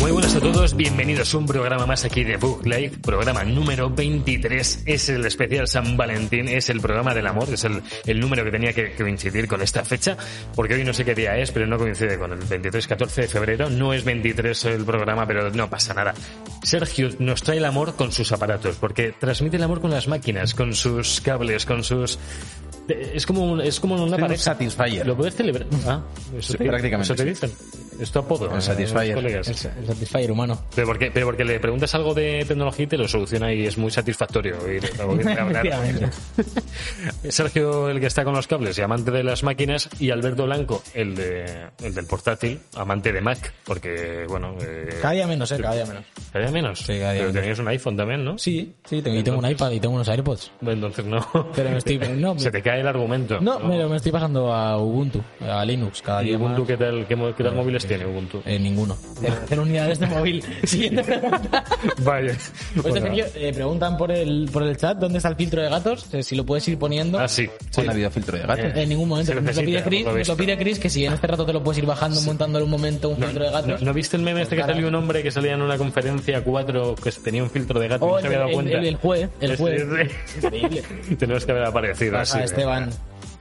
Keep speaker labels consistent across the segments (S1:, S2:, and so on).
S1: Muy buenas a todos, bienvenidos a un programa más aquí de Book Live, programa número 23. Es el especial San Valentín, es el programa del amor, es el, el número que tenía que, que coincidir con esta fecha, porque hoy no sé qué día es, pero no coincide con el 23, 14 de febrero. No es 23 el programa, pero no pasa nada. Sergio nos trae el amor con sus aparatos, porque transmite el amor con las máquinas, con sus cables, con sus. Es como, un- es como una
S2: un
S1: pareja.
S2: Satisfyer.
S1: Lo puedes celebrar. Ah, eso
S2: Sí,
S1: te-
S2: prácticamente,
S1: Eso te dicen. Es tu apodo.
S2: Un
S1: eh,
S2: Satisfyer.
S1: colegas.
S3: El, Este, el Satisfyer humano.
S1: Pero porque, pero porque le preguntas algo de tecnología y te lo soluciona y es muy satisfactorio. Y le- luego viene a hablar.
S3: Efectivamente.
S1: Sergio, el que está con los cables y amante de las máquinas, y Alberto Blanco, el, de, el del portátil, amante de Mac, porque, bueno... eh,
S3: Cada día menos, eh, cada día menos.
S1: cada día menos.
S3: Sí, cada día
S1: pero
S3: menos.
S1: tenías un iPhone también, ¿no?
S3: Sí, sí, tengo, y tengo un iPad y tengo unos AirPods.
S1: Bueno, entonces no.
S3: Pero me estoy- no,
S1: Se te cae el argumento.
S3: No, pero me estoy pasando a Ubuntu, a Linux, cada
S1: ¿Y
S3: día
S1: Ubuntu
S3: más.
S1: qué tal, qué, mo- qué tal móviles tiene Ubuntu?
S3: Eh, ninguno. Hacer unidades de móvil. Siguiente pregunta.
S1: Vaya.
S3: Oye,
S1: Bueno,
S3: Sergio, eh, preguntan por el, por el chat dónde está el filtro de gatos, eh, si lo puedes ir poniendo.
S1: ah, sí.
S2: ¿Cuándo ha habido filtro de gato?
S1: Eh,
S3: En ningún momento.
S1: Se
S3: Nos lo,
S1: necesita,
S3: pide Chris,
S1: por lo
S3: nos lo
S1: visto.
S3: pide Chris, que si en este rato te lo puedes ir bajando, montándolo un momento, un filtro de
S1: ¿No,
S3: gatos.
S1: no viste el meme este que
S3: Cara.
S1: salió un hombre que salía en una conferencia a cuatro que tenía un filtro de gato y
S3: Oh,
S1: no se había dado
S3: el-
S1: cuenta?
S3: el- el juez, el
S1: Este-
S3: juez.
S1: este-
S3: Increíble.
S1: Tenemos que haber aparecido así.
S3: Pasa, Esteban.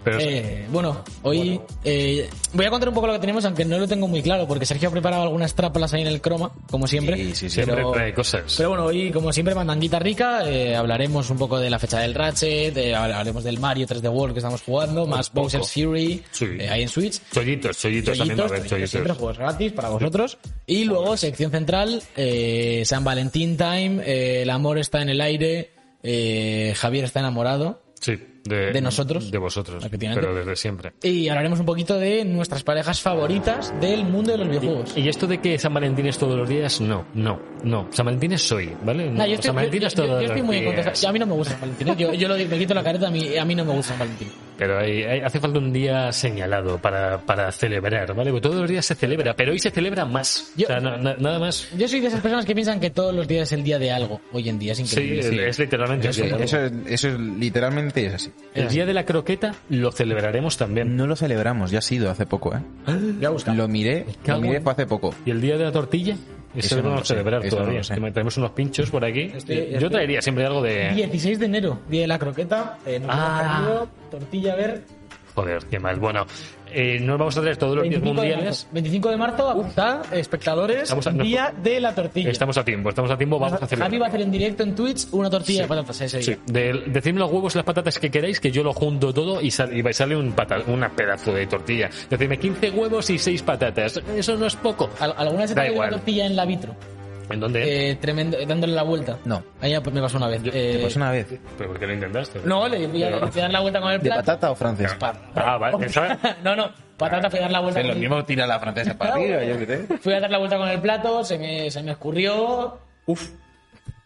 S1: Pero-
S3: Eh, bueno, hoy eh, voy a contar un poco lo que tenemos, aunque no lo tengo muy claro, porque Sergio ha preparado algunas trápalas ahí en el croma, como siempre.
S2: Sí, sí,
S1: Siempre trae cosas.
S3: Pero bueno, hoy, como siempre, mandanguita rica, eh, hablaremos un poco de la fecha del Ratchet, eh, hablaremos del Mario 3D World que estamos jugando, más
S1: poco.
S3: Bowser's Fury,
S1: Sí.
S3: eh, ahí en Switch.
S1: Chollitos, chollitos también va a
S3: Chollitos,
S1: haber,
S3: chollitos, siempre
S1: chollitos.
S3: juegos gratis para vosotros. Y luego, sección central, eh, San Valentín Time, eh, el amor está en el aire, eh, Javier está enamorado.
S1: Sí, de,
S3: de nosotros.
S1: De vosotros.
S3: Efectivamente.
S1: Pero desde siempre.
S3: Y hablaremos un poquito de nuestras parejas favoritas del mundo de los videojuegos.
S1: Y esto de que San Valentín es todos los días, no, no, no. San Valentín es hoy, ¿vale?
S3: Nah, yo estoy,
S1: San Valentín
S3: yo-
S1: es todos
S3: yo- yo estoy
S1: los
S3: muy en contra.
S1: días.
S3: Yo- A mí no me gusta San Valentín. ¿eh? Yo, yo lo digo, me quito la careta, a mí, a mí no me gusta San Valentín.
S1: Pero hay- hay- hace falta un día señalado para, para celebrar, ¿vale? Porque todos los días se celebra, pero hoy se celebra más.
S3: Yo-
S1: o sea, na- na- nada más.
S3: Yo soy de esas personas que piensan que todos los días es el día de algo. Hoy en día es
S1: Sí,
S3: increíble.
S1: es- es literalmente.
S3: Yo soy-
S1: así.
S2: Eso, es- eso es literalmente es así.
S1: El día de la croqueta lo celebraremos también.
S2: No lo celebramos, ya ha sido hace poco, ¿eh?
S3: Ya busca.
S2: Lo miré,
S1: cago
S2: lo
S1: en-
S2: miré fue hace poco.
S1: ¿Y el día de la tortilla?
S2: Eso
S1: Eso
S2: no
S1: lo vamos
S2: lo
S1: a
S2: sé,
S1: celebrar
S2: eso no
S1: todavía.
S2: lo sé.
S1: Que me- Tenemos unos pinchos por aquí.
S3: Estoy-
S1: Yo
S3: estoy-
S1: traería siempre algo de...
S3: 16 de enero, día de la croqueta. eh, nos hemos
S1: Ah.
S3: perdido, tortilla a ver.
S1: Joder, qué mal. Bueno, eh, nos vamos a traer todos los días
S3: 25 de, marzo,
S1: mundiales.
S3: 25 de marzo, apuntad, espectadores,
S1: Estamos a- nos-
S3: día de la tortilla.
S1: Estamos a tiempo, estamos a tiempo, vamos a
S3: Javi va a
S1: celebrar.
S3: hacer en directo en Twitch una tortilla de patatas ese
S1: Sí,
S3: día.
S1: de- decidme los huevos y las patatas que queráis, que yo lo junto todo y, sal- y vais- sale un pata- una pedazo de tortilla. Decidme 15 huevos y 6 patatas. Eso no es poco.
S3: Al- Alguna vez he
S1: Da
S3: traído una
S1: igual.
S3: tortilla en la vitro.
S1: ¿En dónde?
S3: Ah, eh, tremendo, eh, dándole la vuelta.
S2: No.
S3: A ella me pasó una vez. eh,
S2: Te pasó una vez.
S1: ¿Pero por qué lo intentaste?
S3: No, le, le-
S1: Pero-
S3: le dan la vuelta con el
S2: ¿De
S3: plato.
S2: patata o francesa?
S3: Pa-
S1: Ah, vale. pensaba-
S3: no, no, patata fui a dar la vuelta. con el-
S2: tira la francesa
S3: para arriba, yo
S2: qué sé.
S3: Fui a dar la vuelta con el plato, se me, se me escurrió. Uf,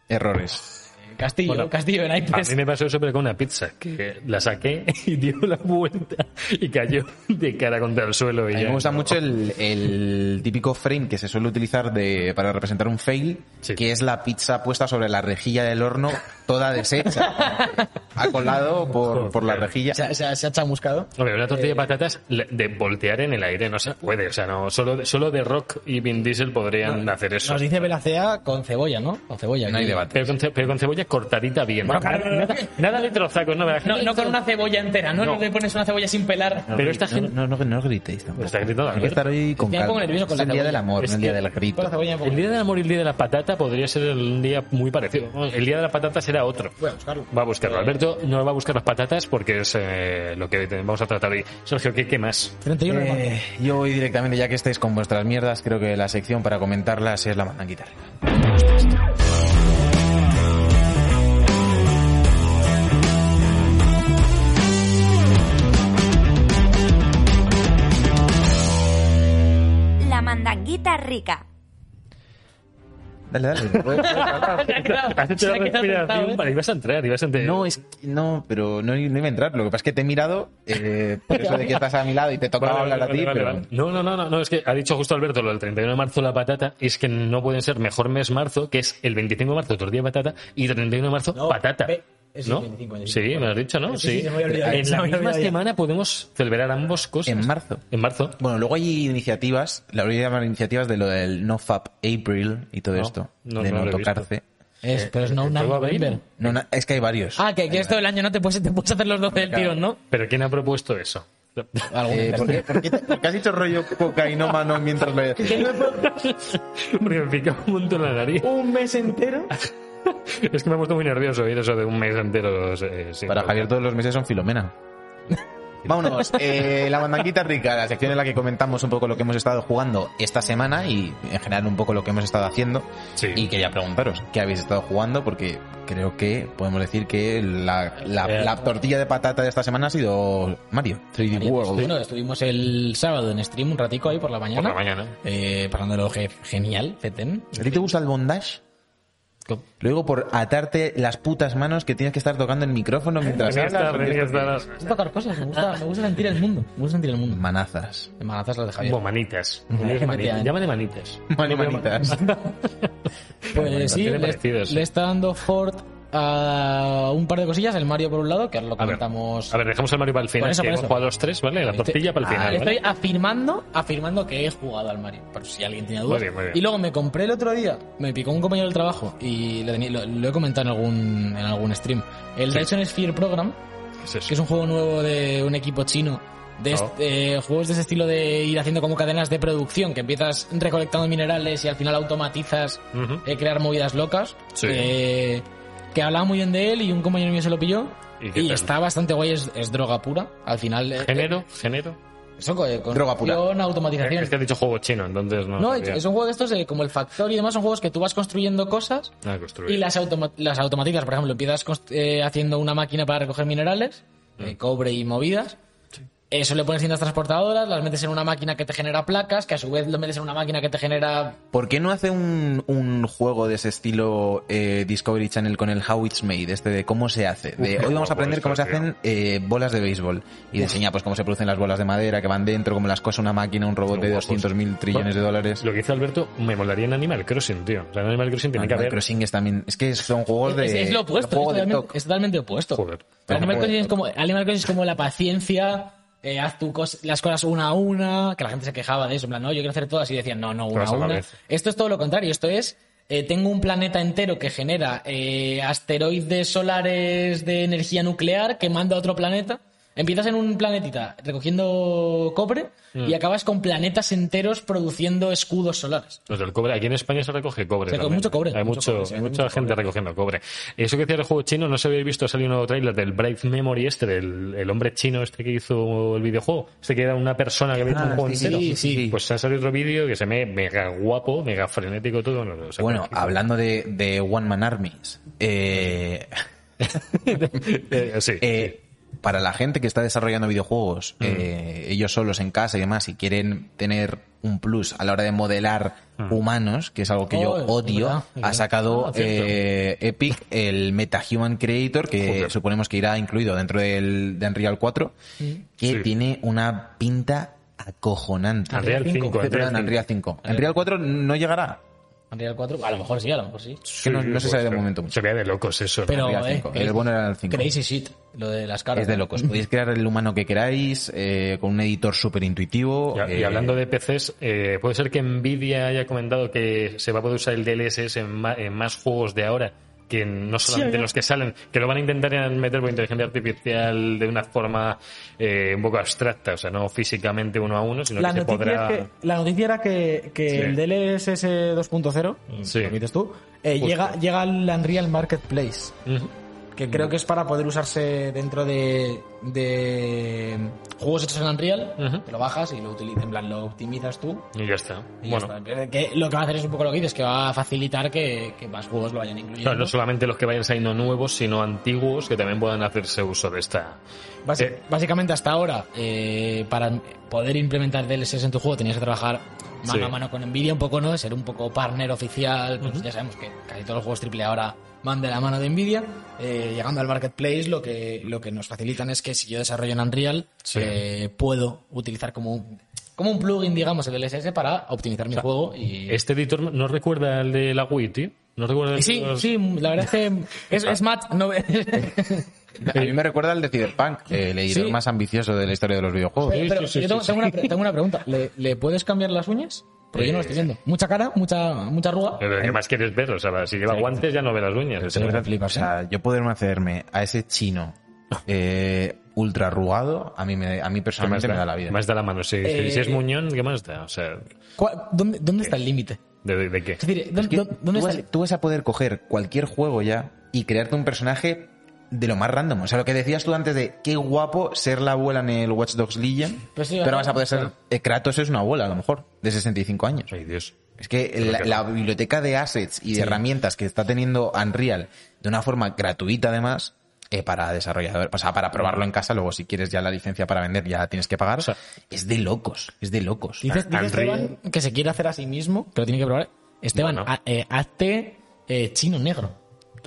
S2: Errores.
S3: Castillo,
S1: Bueno,
S3: Castillo en
S1: A
S3: iPad.
S1: mí me pasó eso, pero con una pizza, que la saqué y dio la vuelta y cayó de cara contra el suelo. Y
S2: A mí
S1: ya
S2: me gusta
S1: no.
S2: mucho el, el típico frame que se suele utilizar de, para representar un fail,
S1: Sí.
S2: que es la pizza puesta sobre la rejilla del horno, toda deshecha, acolado por, por la rejilla.
S3: Se, ha- se ha- se ha chamuscado.
S1: Hombre, una tortilla de patatas le- de voltear en el aire no se puede. O sea, no, solo, solo de Rock y Vin Diesel podrían hacer eso.
S3: Nos dice Belacea con cebolla, ¿no? Con cebolla.
S2: No hay
S3: aquí.
S2: debate.
S1: pero, con ce- pero con cebolla cortadita bien.
S3: Bueno, claro,
S1: nada, nada- nada de trozacos, no,
S3: No, no con una cebolla entera, ¿no?
S1: No.
S3: No, le pones una cebolla sin pelar.
S1: Pero esta gente-
S2: No, no, no, no gritéis tampoco.
S1: Está gritando,
S2: Hay que estar hoy con
S3: Me
S2: calma.
S3: pongo nervioso con
S2: es
S3: la
S2: el día
S3: cebolla.
S2: del amor,
S1: Es
S2: no el día
S1: que-
S2: del grito.
S3: Con la cebolla un poco.
S1: El día del amor y el día de la patata podría ser un día muy parecido. El día de la patata será otro.
S3: Voy a buscarlo.
S1: Va a buscarlo. Alberto no va a buscar las patatas porque es eh, lo que te- vamos a tratar hoy. Sergio, ¿qué, qué más?
S3: 31 de marzo.
S2: Eh, yo voy directamente, ya que estáis con vuestras mierdas, creo que la sección para comentarlas es la mandanguita.
S4: La mandanguita rica.
S2: Dale, dale. puedes- puedes hablar.
S1: Has hecho la
S3: ¿eh?
S1: respiración para ibas a entrar, ibas a entrar.
S2: No, es que- no, pero no, no iba a entrar. Lo que pasa es que te he mirado eh, por eso de que estás a mi lado y te tocaba
S1: Vale,
S2: hablar
S1: vale,
S2: a ti,
S1: vale,
S2: pero
S1: vale. No, no, no, no, no, es que ha dicho justo Alberto lo del 31 de marzo la patata, y es que no pueden ser mejor mes marzo, que es el 25 de marzo, otro día patata, y 31 de marzo
S3: No,
S1: patata.
S3: ve- es el
S1: ¿No?
S3: 25, 25.
S1: sí, me lo has dicho, ¿no?
S3: Sí, sí, se me había olvidado.
S1: en
S3: Se
S1: la
S3: me había
S1: misma
S3: olvidado ya.
S1: semana podemos celebrar ambos cosas.
S2: en marzo.
S1: En marzo.
S2: Bueno, luego hay iniciativas, la voy a llamar iniciativas de lo del No Fab April y todo
S1: No,
S2: esto,
S1: no,
S2: de
S1: no
S2: no,
S1: lo he visto.
S2: tocarse.
S3: Es, pero es no una
S1: ¿Todo va bien?
S3: November.
S2: No, na- es que hay varios.
S3: Ah, que, que esto del año no te puedes, te puedes hacer los 12 del tirón, ¿no?
S1: Pero ¿quién ha propuesto eso?
S3: Algún
S2: Eh, ¿por, qué, por qué- por qué has dicho rollo cocainómano mientras lo decías?
S1: Porque me pica un montón la nariz.
S3: un mes entero.
S1: Es que me ha puesto muy nervioso oír eso de un mes entero. eh, sin
S2: Para
S1: problema.
S2: Javier todos los meses son Filomena. Vámonos, eh, la mandanguita rica, la sección en la que comentamos un poco lo que hemos estado jugando esta semana y en general un poco lo que hemos estado haciendo.
S1: Sí.
S2: Y quería preguntaros, ¿qué habéis estado jugando? Porque creo que podemos decir que la, la-
S1: Eh,
S2: la tortilla de patata de esta semana ha sido Mario 3D World.
S3: Bueno, estuvimos el sábado en stream un ratico ahí por la
S1: Por
S3: mañana.
S1: la mañana.
S3: Eh, pasándolo ge- genial, Feten.
S2: ¿A ti te gusta el bondage?
S3: Co-
S2: Lo digo por atarte las putas manos que tienes que estar tocando el micrófono mientras
S1: Tenía que
S2: hablas,
S1: estar-
S2: porque
S1: tenía que estar-
S3: Me gusta tocar cosas, me gusta, me gusta sentir el mundo. Me gusta sentir el mundo.
S2: Manazas.
S3: En manazas las de Javier.
S1: Bueno, manitas.
S3: Efectivamente.
S1: Manitas. Llámale manitas.
S2: Mani manitas.
S3: Pues sí,
S1: tiene
S3: le,
S1: parecidos, sí.
S3: le está dando Ford a un par de cosillas. El Mario por un lado, que ahora lo
S1: A ver,
S3: comentamos.
S1: a ver, dejamos al Mario para el final.
S3: Por eso,
S1: que
S3: por
S1: hemos
S3: eso.
S1: jugado a los tres, ¿vale? La
S3: Estoy-
S1: tortilla para el
S3: Ah,
S1: final. ¿vale?
S3: Estoy afirmando, afirmando que he jugado al Mario, por si alguien tenía
S1: Muy
S3: dudas.
S1: bien, muy bien.
S3: Y luego me compré el otro día, me picó un compañero del trabajo y le tenía- lo, lo he comentado en algún, en algún stream. El
S1: Sí.
S3: Dyson Sphere Program,
S1: ¿Qué es eso?
S3: que es un juego nuevo de un equipo chino. De
S1: Oh.
S3: este- eh, juegos de ese estilo de ir haciendo como cadenas de producción, que empiezas recolectando minerales y al final automatizas
S1: Ujú.
S3: eh, crear movidas locas.
S1: Sí.
S3: eh, que hablaba muy bien de él y un compañero mío se lo pilló.
S1: ¿Y qué
S3: Y,
S1: tal?
S3: está bastante guay, es, es droga pura. Al final. eh,
S1: Género, género.
S3: eso con, con-
S2: Droga pura.
S3: con automatización.
S1: Es que has dicho juego chino, entonces no.
S3: no,
S1: sabía.
S3: es un juego de estos de, como el Factor y demás, son juegos que tú vas construyendo cosas
S1: Ah, construir.
S3: y las, automa- las automatizas. Por ejemplo, empiezas const- eh, haciendo una máquina para recoger minerales, eh, cobre y movidas. Eso le pones cintas transportadoras, las metes en una máquina que te genera placas, que a su vez lo metes en una máquina que te genera
S2: ¿Por qué no hace un, un juego de ese estilo eh, Discovery Channel con el How It's Made, este de cómo se hace? De,
S1: Uf,
S2: hoy vamos
S1: guapo
S2: a aprender cómo se
S1: esto,
S2: hacen eh, bolas de béisbol y enseña pues cómo se producen las bolas de madera que van dentro, cómo las cose una máquina, un robot
S1: Qué
S2: de
S1: guapos.
S2: 200 mil trillones de dólares.
S1: Lo que dice Alberto me molaría en Animal Crossing, tío. O sea, en Animal Crossing
S3: Ah,
S1: tiene que
S2: Animal
S1: haber.
S2: Crossing es también, es que son juegos de
S3: Es, es lo opuesto,
S2: juego
S3: es,
S2: de
S3: totalmente,
S2: toc.
S3: es totalmente opuesto.
S1: Joder.
S3: Pero Animal
S2: Joder.
S3: Crossing es como, Animal Crossing es como la paciencia, eh, haz tu cos- las cosas una a una, que la gente se quejaba de eso, en plan, no, yo quiero hacer todas y decían, no, no, una
S1: Todas
S3: a
S1: a la
S3: una.
S1: vez.
S3: Esto es todo lo contrario, esto es, eh, tengo un planeta entero que genera eh, asteroides solares de energía nuclear que manda a otro planeta. Empiezas en un planetita recogiendo cobre
S2: Mm.
S3: y acabas con planetas enteros produciendo escudos solares.
S1: Los del cobre. Aquí en España se recoge cobre.
S3: Se recoge
S1: también.
S3: mucho cobre,
S1: Hay
S3: mucho
S1: mucho,
S3: cobre, se vende
S1: mucha
S3: mucho
S1: gente recogiendo cobre. Eso que decía el juego chino, no se había visto salir un nuevo trailer del Brave Memory este, del el hombre chino este que hizo el videojuego. Este que era una persona que había hecho un
S2: Ah,
S1: juego
S2: sí,
S1: entero.
S2: sí, sí, sí.
S1: Pues ha salido otro vídeo que se ve mega guapo, mega frenético todo. No, no, o sea,
S2: Bueno,
S1: cualquier-
S2: hablando de, de One Man Armies, eh,
S1: Eh, sí, Mm.
S2: Eh, para la gente que está desarrollando videojuegos, eh, ellos solos en casa y demás, y quieren tener un plus a la hora de modelar
S1: Mm.
S2: humanos, que es algo que yo
S3: Oh, es
S2: odio,
S3: verdad, es
S2: ha
S3: verdad.
S2: sacado
S1: Ah, cierto.
S2: eh, Epic el MetaHuman Creator, que
S1: Joder.
S2: suponemos que irá incluido dentro del, de Unreal 4,
S3: Mm.
S2: que
S1: Sí.
S2: tiene una pinta acojonante.
S1: sí. Unreal 5.
S2: Perdón, Unreal 5. Unreal 4 no llegará.
S3: Unreal 4, a lo mejor sí, a lo mejor sí.
S2: que no- no se sabe de
S1: pues,
S2: momento mucho.
S1: Se veía de locos eso. ¿no?
S3: Pero,
S2: Unreal
S3: eh,
S2: 5. El bueno era el 5.
S3: Crazy shit, lo de las caras.
S2: Es de locos. Podéis crear el humano que queráis, eh, con un editor súper intuitivo.
S1: Y,
S3: Eh,
S1: y hablando de PCs, eh, puede ser que Nvidia haya comentado que se va a poder usar el DLSS en ma- en más, juegos de ahora que en- no solamente los que salen, que lo van a intentar meter por inteligencia artificial de una forma eh, un poco abstracta, o sea, no físicamente uno a uno, sino
S5: La
S1: que se
S5: noticia,
S1: podrá...
S5: es que, la noticia era que, que
S1: Sí.
S5: el DLSS 2.0,
S1: Sí. Mm.
S5: lo que dices tú, eh,
S1: Justo.
S5: llega, llega al Unreal Marketplace.
S1: Ujú.
S3: que creo que es para poder usarse dentro de, de juegos hechos en Unreal.
S1: Ujú.
S3: Te lo bajas y lo utilizas, en plan, lo optimizas tú.
S1: Y ya está.
S3: y ya
S1: bueno,
S3: está. Que lo que va a hacer es un poco lo que dices, que va a facilitar que, que más juegos lo vayan incluyendo.
S1: claro, no solamente los que vayan saliendo nuevos, sino antiguos que también puedan hacerse uso de esta.
S3: Basi-
S1: Eh,
S3: Básicamente hasta ahora, eh, para poder implementar DLCs en tu juego tenías que trabajar mano
S1: Sí.
S3: a mano con Nvidia un poco, ¿no? Ser un poco partner oficial, pues ya sabemos que casi todos los juegos triple ahora van de la mano de Nvidia. Eh, llegando al marketplace, lo que, lo que nos facilitan es que si yo desarrollo en Unreal,
S1: Sí.
S3: eh, puedo utilizar como un, como un plugin, digamos, el DLSS para optimizar mi juego y...
S1: Este editor no- no recuerda el de la Wii, tío. No recuerda el
S3: Sí,
S1: de los- Ah.
S3: sí, la verdad es que es, es Matt, no...
S2: A mí me recuerda al de Cyberpunk, el editor
S3: Sí.
S2: más ambicioso de la historia de los videojuegos.
S3: Pero,
S1: Sí,
S3: pero
S1: sí, sí,
S3: yo tengo,
S1: sí,
S3: tengo Una, pre- tengo una pregunta. ¿Le, le puedes cambiar las uñas? Porque yo no lo estoy viendo. Mucha cara, mucha, mucha arruga.
S1: Pero Eh, ¿qué más quieres ver? O sea, si lleva guantes ya no ve las uñas.
S3: se me flipa,
S2: O sea, yo poderme hacerme a ese chino eh, ultra arrugado, a mí, me, a mí
S1: ¿Qué más
S2: personalmente
S1: da?
S2: me da la vida.
S1: Más da la mano. Si, si-
S3: Eh,
S1: si es Muñón, ¿qué más da? O sea,
S3: ¿Cuál- ¿Dónde, dónde está el límite?
S1: ¿de, de- de qué?
S3: Es decir, ¿dó-
S2: Es que
S3: dó- ¿dónde
S2: tú,
S3: está
S2: vas,
S3: el
S2: tú vas a poder coger cualquier juego ya y crearte un personaje de lo más random. O sea, lo que decías tú antes de qué guapo ser la abuela en el Watch Dogs Legion.
S3: Pero
S2: Pero,
S3: Pues sí,
S2: vas a poder ser. eh, Kratos es una abuela, a lo mejor, de 65 años.
S1: Ay, Dios.
S2: Es que la, la biblioteca de assets y de herramientas que está teniendo Unreal de una forma gratuita además eh, para desarrollador, o sea, para probarlo en casa, luego si quieres ya la licencia para vender ya la tienes que pagar, es de locos, es de locos.
S3: Dices, dice
S1: Unreal.
S3: Esteban que se quiere hacer a sí mismo, pero tiene que probar. Esteban,
S1: Bueno.
S3: a- eh, hazte eh, chino negro.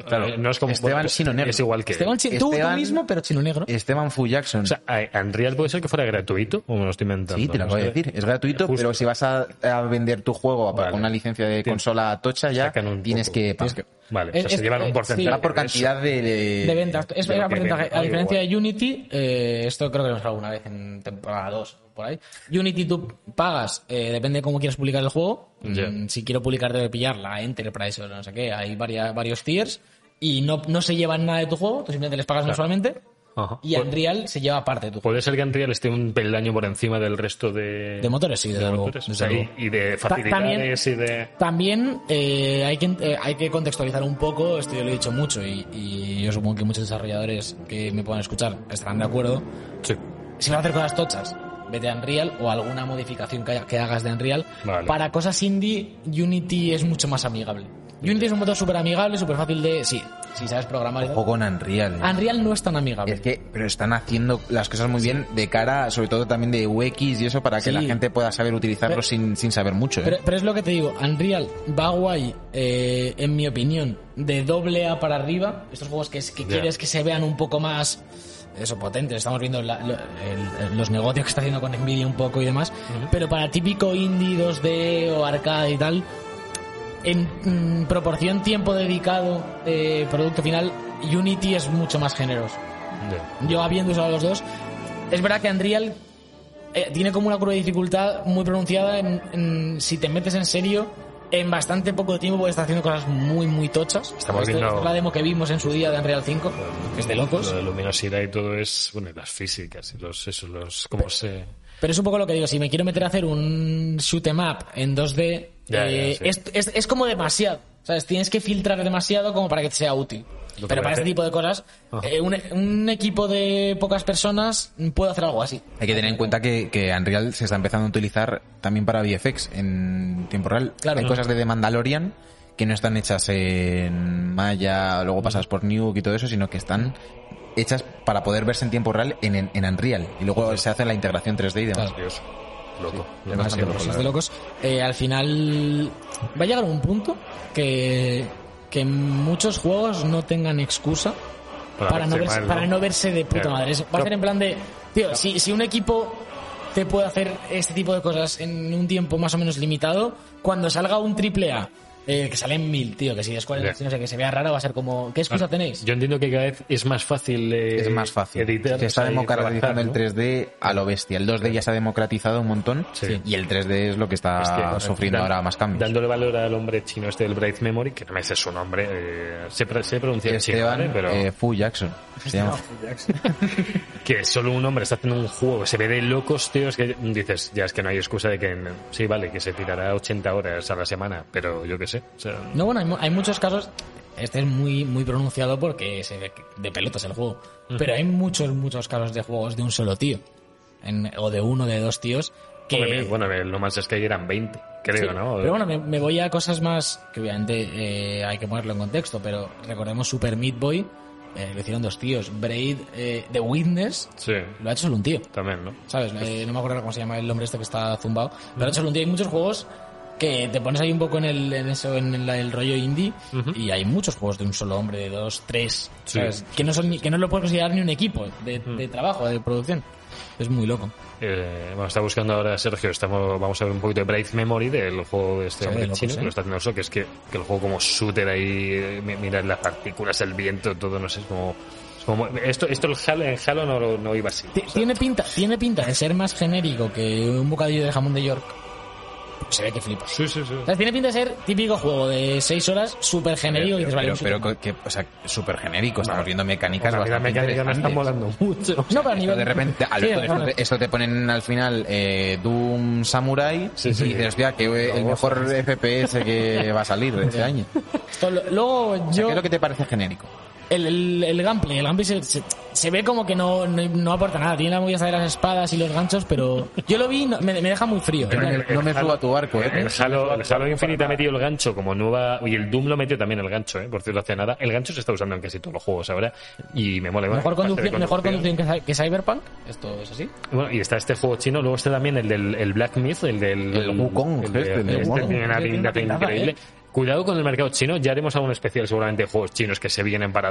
S1: Claro, Eh, no es como
S2: Esteban Sino Negro.
S1: Es igual que.
S3: Esteban, chi- tú, tú
S2: Esteban-
S3: mismo, pero chino negro.
S2: Esteban Fu Jackson,
S1: O sea, ¿a- ¿Unreal puede ser que fuera gratuito? ¿O me lo estoy inventando?
S2: sí, te
S1: No
S2: lo acabo de
S1: sé.
S2: decir, es gratuito,
S1: Justo.
S2: pero si vas a, a vender tu juego
S1: Vale.
S2: con una licencia de
S1: Tien-
S2: consola tocha ya
S1: Sacan un
S2: tienes
S1: poco.
S2: que pagar.
S1: Vale, o sea,
S3: Es-
S1: se
S3: es-
S1: llevan
S3: eh,
S1: un
S3: sí.
S1: porcentaje.
S2: Va por
S1: de eso.
S2: cantidad de,
S3: de ventas. Es
S1: Eh, de lo que
S3: era porcentaje.
S1: venda.
S3: a
S1: Ah,
S3: diferencia
S1: igual.
S3: de Unity, eh, esto creo que lo hemos hablado alguna vez en temporada 2, por ahí. Unity tú pagas, eh, depende de cómo quieras publicar el juego.
S1: Ya.
S3: Mm, Si quiero publicar de pillar la Enterprise o no sé qué, hay varias, varios tiers. Y no, no se llevan nada de tu juego, tú simplemente les pagas mensualmente.
S1: Ajá.
S3: Y
S1: Pu-
S3: Unreal se lleva parte de tu juego.
S1: Puede ser que Unreal esté un peldaño por encima del resto de.
S3: De motores, sí, desde luego,
S1: motores. O
S3: desde
S1: sea, y,
S3: luego.
S1: y de
S3: Ta-
S1: facilidades y de.
S3: También eh, hay, que, eh, hay que contextualizar un poco, esto yo lo he dicho mucho y, y yo supongo que muchos desarrolladores que me puedan escuchar estarán de acuerdo,
S1: Sí.
S3: si vas a hacer cosas tochas, vete a Unreal o alguna modificación que, haya- que hagas de Unreal.
S1: Vale.
S3: Para cosas indie, Unity es mucho más amigable. Unity es un motor súper amigable, súper fácil de... Sí, si sabes programar... y tal.
S2: Ojo con Unreal. ¿eh?
S3: Unreal no es tan amigable.
S2: Es que, pero están haciendo las cosas muy bien de cara, sobre todo también de UX y eso, para que
S3: Sí.
S2: la gente pueda saber utilizarlo
S3: Pero-
S2: sin, sin saber mucho. ¿eh?
S3: Pero, pero es lo que te digo, Unreal va guay, eh, en mi opinión, de doble A para arriba. Estos juegos que, es- que
S1: Ya.
S3: quieres que se vean un poco más eso potentes. Estamos viendo la- lo- el- los negocios que está haciendo con Nvidia un poco y demás. Pero para típico indie 2D o arcade y tal, en mm, proporción tiempo dedicado eh, producto final, Unity es mucho más generoso.
S1: Ya.
S3: Yo habiendo usado los dos, es verdad que Unreal eh, tiene como una curva de dificultad muy pronunciada en, en- si te metes en serio. En bastante poco tiempo puedes estar haciendo cosas muy, muy tochas.
S1: Estamos
S3: Esto-
S1: viendo-
S3: esta es la demo que vimos en su día de Unreal 5, que es de locos.
S1: Lo de luminosidad y todo es. Bueno, y las físicas y los. Eso, los ¿Cómo se.?
S3: Pero es un poco lo que digo, si me quiero meter a hacer un shoot em up en 2D,
S1: Ya, ya,
S3: eh,
S1: sí.
S3: es, es- es como demasiado. ¿Sabes? Tienes que filtrar demasiado como para que te sea útil.
S1: Lo que Ah.
S3: Pero para
S1: parece-
S3: este tipo de cosas,
S1: Ajá.
S3: eh, un, un equipo de pocas personas puede hacer algo así.
S2: Hay que tener en cuenta que, que Unreal se está empezando a utilizar también para VFX en tiempo real.
S3: Claro.
S2: Hay cosas de The Mandalorian que no están hechas en Maya, luego pasas por Nuke y todo eso, sino que están hechas para poder verse en tiempo real en, en, en Unreal. Y luego se hace la integración 3D y demás.
S1: Dios. Loco.
S2: Es bastante loco, la
S3: cosas de
S2: verdad.
S3: locos. Eh, al final va a llegar un punto que, que muchos juegos no tengan excusa para, no,
S1: verse
S3: verse,
S1: mal,
S3: para no verse de puta
S1: Claro.
S3: madre. Es- Va a
S1: Claro.
S3: ser en plan de, tío, si, si un equipo te puede hacer este tipo de cosas en un tiempo más o menos limitado, cuando salga un triple A, eh, que salen mil, tío, que si de
S1: Ya.
S3: no sé, que se vea raro, va a ser como, ¿qué excusa tenéis?
S1: Yo entiendo que cada vez es más fácil eh,
S2: Es más fácil.
S1: editar.
S2: se está
S1: o sea, y
S2: democratizando
S1: trabajar, ¿no?
S2: el 3D a lo bestia. El 2D ya se ha democratizado un montón
S1: Sí.
S2: y el 3D es lo que está
S1: Hostia,
S2: sufriendo
S1: dan-
S2: ahora más cambios.
S1: Dándole valor al hombre chino este del Bright Memory, que no me sé su nombre, eh, se, pre- se pronuncia en chino,
S2: Esteban
S1: ¿vale? pero
S2: eh, Fu Jackson. se llama.
S1: que solo un hombre está haciendo un juego, se ve de locos, tío, es que dices, ya es que no hay excusa de que, mm, sí, vale, que se tirará 80 horas a la semana, pero yo qué sé. o sea,
S3: No, bueno, hay, mu- hay muchos casos. Este es muy, muy pronunciado porque se ve que- de pelotas el juego. Pero hay muchos, muchos casos de juegos de un solo tío. En- o de uno, de dos tíos. Que,
S1: Hombre, mira, bueno, el No Man's Sky eran 20, creo,
S3: Sí,
S1: ¿no?
S3: Pero bueno, me, me voy a cosas más que obviamente eh, hay que ponerlo en contexto, pero recordemos Super Meat Boy, eh, lo hicieron dos tíos. Braid, eh, The Witness,
S1: Sí,
S3: lo ha hecho solo un tío,
S1: también, ¿no?
S3: ¿sabes? Eh, no me acuerdo cómo se llama el hombre este que está zumbado, pero lo ha hecho solo un tío. Hay muchos juegos que te pones ahí un poco en el, en eso, en la- el rollo indie, y hay muchos juegos de un solo hombre, de dos, tres,
S1: Sí.
S3: ¿sabes? Que, no son, ni- que no lo puedes considerar ni un equipo de, de trabajo, de producción. Es muy loco.
S1: Eh, bueno, está buscando ahora Sergio. Estamos, vamos a ver un poquito de Brave Memory del juego de este
S3: Se ve
S1: hombre
S3: locos,
S1: chino
S3: ¿eh?
S1: que lo está haciendo Oso, que es que, que el juego como shooter ahí, eh, mi- mirar las partículas, el viento, todo, no sé, es como. es como- esto, esto el Halo, en Halo no, lo- no iba así.
S3: Ti- Tiene pinta, tiene pinta de ser más genérico que un bocadillo de jamón de York. Se ve que flipas.
S1: Sí, sí, sí.
S3: O sea, tiene pinta de ser típico juego de 6 horas, súper genérico. y dices, vale,
S2: Pero,
S3: un
S2: pero
S3: shooter.
S2: que, o sea, súper genérico. Estamos viendo mecánicas
S1: Bueno, a mí la
S2: bastante
S1: mecánica me está
S2: interesantes.
S1: molando mucho.
S3: no, pero a
S2: Esto
S3: nivel...
S2: de repente, al-
S3: Sí,
S2: esto, esto
S3: no,
S2: te, esto te ponen al final eh, Doom Samurai
S1: Sí, sí.
S2: y dices, hostia, que eh, el mejor FPS que va a salir de este año. O
S3: esto lo- luego
S2: sea,
S3: yo...
S2: ¿Qué es lo que te parece genérico?
S3: el, el, el gameplay, el gameplay se, se- se ve como que no, no, no aporta nada. Tiene la movida esa de las espadas y los ganchos, pero yo lo vi y no- me, me deja muy frío.
S2: No,
S1: el-
S2: no
S1: el
S2: me
S1: Halo-
S2: subo a tu barco, ¿eh?
S1: Pues, El Halo, el Halo Infinite ha metido el gancho como nueva. Y el Doom lo metió también el gancho, ¿eh? Por cierto, hace nada. El gancho se está usando en casi todos los juegos ahora. Y me mola más.
S3: Mejor
S1: Parte de
S3: conducción, mejor conducción que, Cy- que Cyberpunk, esto es así.
S1: Bueno, y está este juego chino, luego está también el del el Black Myth, el del
S2: El Wukong,
S1: el de-
S2: este, el
S1: este
S2: Wukong.
S1: tiene una
S3: Tiene
S1: pinta
S3: una pintaza,
S1: increíble.
S3: ¿eh?
S1: Cuidado con el mercado chino, ya haremos algún especial seguramente de juegos chinos que se vienen para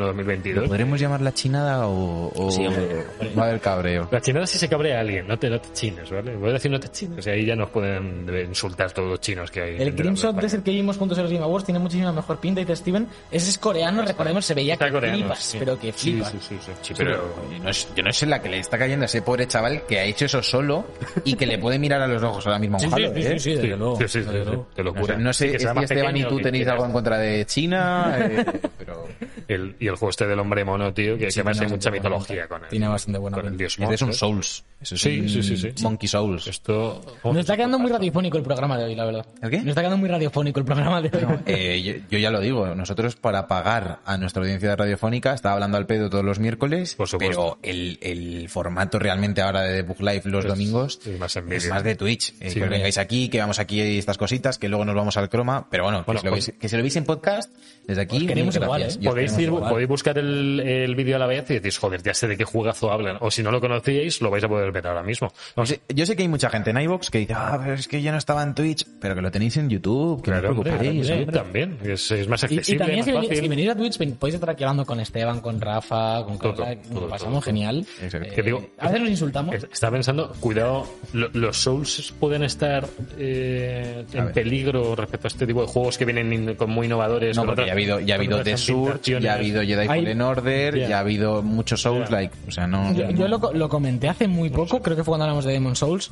S1: 2021-2022.
S2: ¿Podremos llamarla chinada o, o
S3: Sí, hombre,
S2: va a haber cabreo?
S1: La chinada sí se cabrea a alguien, no te, no te chines, ¿vale? Voy a decir no te chines, y ahí ya nos pueden insultar todos los chinos que hay.
S3: El
S1: dentro de
S3: Crimson
S1: España.
S3: Desert que vimos juntos en los Game Awards tiene muchísima mejor pinta y de Steven. Ese es coreano, recordemos, se veía
S1: Está
S3: que
S1: coreano,
S3: flipas,
S1: sí.
S3: pero que
S1: Sí,
S3: flipas.
S1: sí, sí, sí. Sí,
S2: Pero
S1: pero
S2: yo no, sé- yo no sé la que le está cayendo a ese pobre chaval que ha hecho eso solo y que le puede mirar a los ojos ahora mismo a un Halo, ¿eh?
S3: sí, desde luego,
S1: sí, sí, sí,
S3: desde
S1: sí,
S3: luego.
S1: de
S2: No
S1: locura.
S2: sé, no sé
S1: Que
S2: es
S1: sea
S2: que
S1: más
S2: Esteban y
S1: pequeño
S2: tú
S1: que
S2: tenéis
S1: quieras.
S2: algo en contra de China, eh, pero...
S1: El, y el juego este del hombre mono, tío, que, que
S3: Sí,
S1: además hay
S3: tiene
S1: mucha
S3: bastante buena
S1: mitología
S3: pinta.
S1: con él.
S3: Tiene bastante buena
S1: con el
S3: pinta.
S1: dios
S2: Este es un
S1: monstruo.
S2: Souls. Eso es
S1: Sí,
S2: un
S1: sí, sí, sí.
S2: Monkey Souls.
S1: Esto.
S3: Nos está quedando muy radiofónico el programa de hoy, la verdad.
S2: ¿El qué?
S3: Nos está quedando muy radiofónico el programa de hoy.
S2: Eh, yo, yo ya lo digo, nosotros para pagar a nuestra audiencia radiofónica está hablando al pedo todos los miércoles,
S1: Por supuesto.
S2: pero el, el formato realmente ahora de The Book Live los
S1: Es-
S2: domingos
S1: es más en
S2: es
S1: vídeo.
S2: más de Twitch. Eh,
S1: Sí.
S2: que os vengáis aquí, que vamos aquí y estas cositas, que luego nos vamos al croma, pero bueno, que
S1: Bueno,
S2: si lo
S1: pues-
S2: veis- que si lo veis en podcast, desde aquí...
S3: Os queremos
S2: mil
S3: igual,
S2: gracias. Y
S3: ¿eh?
S2: os
S1: Podéis,
S2: queremos
S1: ir-
S2: igual.
S1: podéis buscar el, el vídeo a la vez y decís, joder, ya sé de qué juegazo hablan. O si no lo conocíais, lo vais a poder ver ahora mismo. No
S2: Yo
S1: sé,
S2: sé- Yo sé que hay mucha gente en iVoox que dice, ah, pero es que yo no estaba en Twitch, pero que lo tenéis en YouTube, que
S1: claro,
S2: no os
S1: hombre,
S2: preocupéis.
S1: sí,
S2: hombre.
S1: también. Es, es más
S3: Y, y
S1: accesible,
S3: también
S1: más
S3: si, veni- si
S1: fácil.
S3: venís a Twitch ven- podéis estar aquí hablando con Esteban, con Rafa, con
S1: Todo,
S3: Carla,
S1: todo,
S3: nos
S1: todo,
S3: pasamos
S1: todo.
S3: genial.
S2: Exacto.
S3: Eh,
S1: Que digo-
S3: a veces nos insultamos.
S1: Es- Estaba pensando, cuidado, lo- los Souls pueden estar eh, en
S2: ver.
S1: peligro respecto a este tipo de juegos que vienen in- con muy innovadores.
S2: No,
S1: con
S2: porque
S1: otras-
S2: ya ha habido, ya ha
S1: con
S2: habido
S1: otras
S2: The Surge, ya ha
S1: ambientaciones.
S2: habido Jedi
S3: Hay-
S2: Fallen Order,
S1: Yeah.
S2: ya ha habido muchos Souls like, o sea, no.
S3: Yo, yo lo, co- lo comenté hace muy poco, creo que fue cuando hablamos de Demon Souls.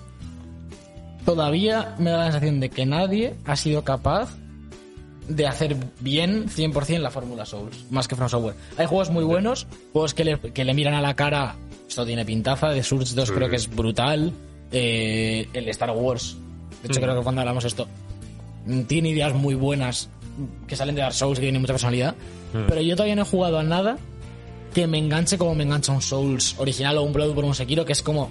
S3: Todavía me da la sensación de que nadie ha sido capaz de hacer bien 100% la fórmula Souls, más que From Software. Hay juegos muy buenos, juegos que le, que le miran a la cara, esto tiene pintaza, de Surge 2 creo que es brutal, eh, el Star Wars, de hecho creo que cuando hablamos esto, mm, tiene ideas muy buenas mm, que salen de Dark Souls, que tienen mucha personalidad, pero yo todavía no he jugado a nada que me enganche como me engancha un Souls original o un Bloodborne o un Sekiro, que es como...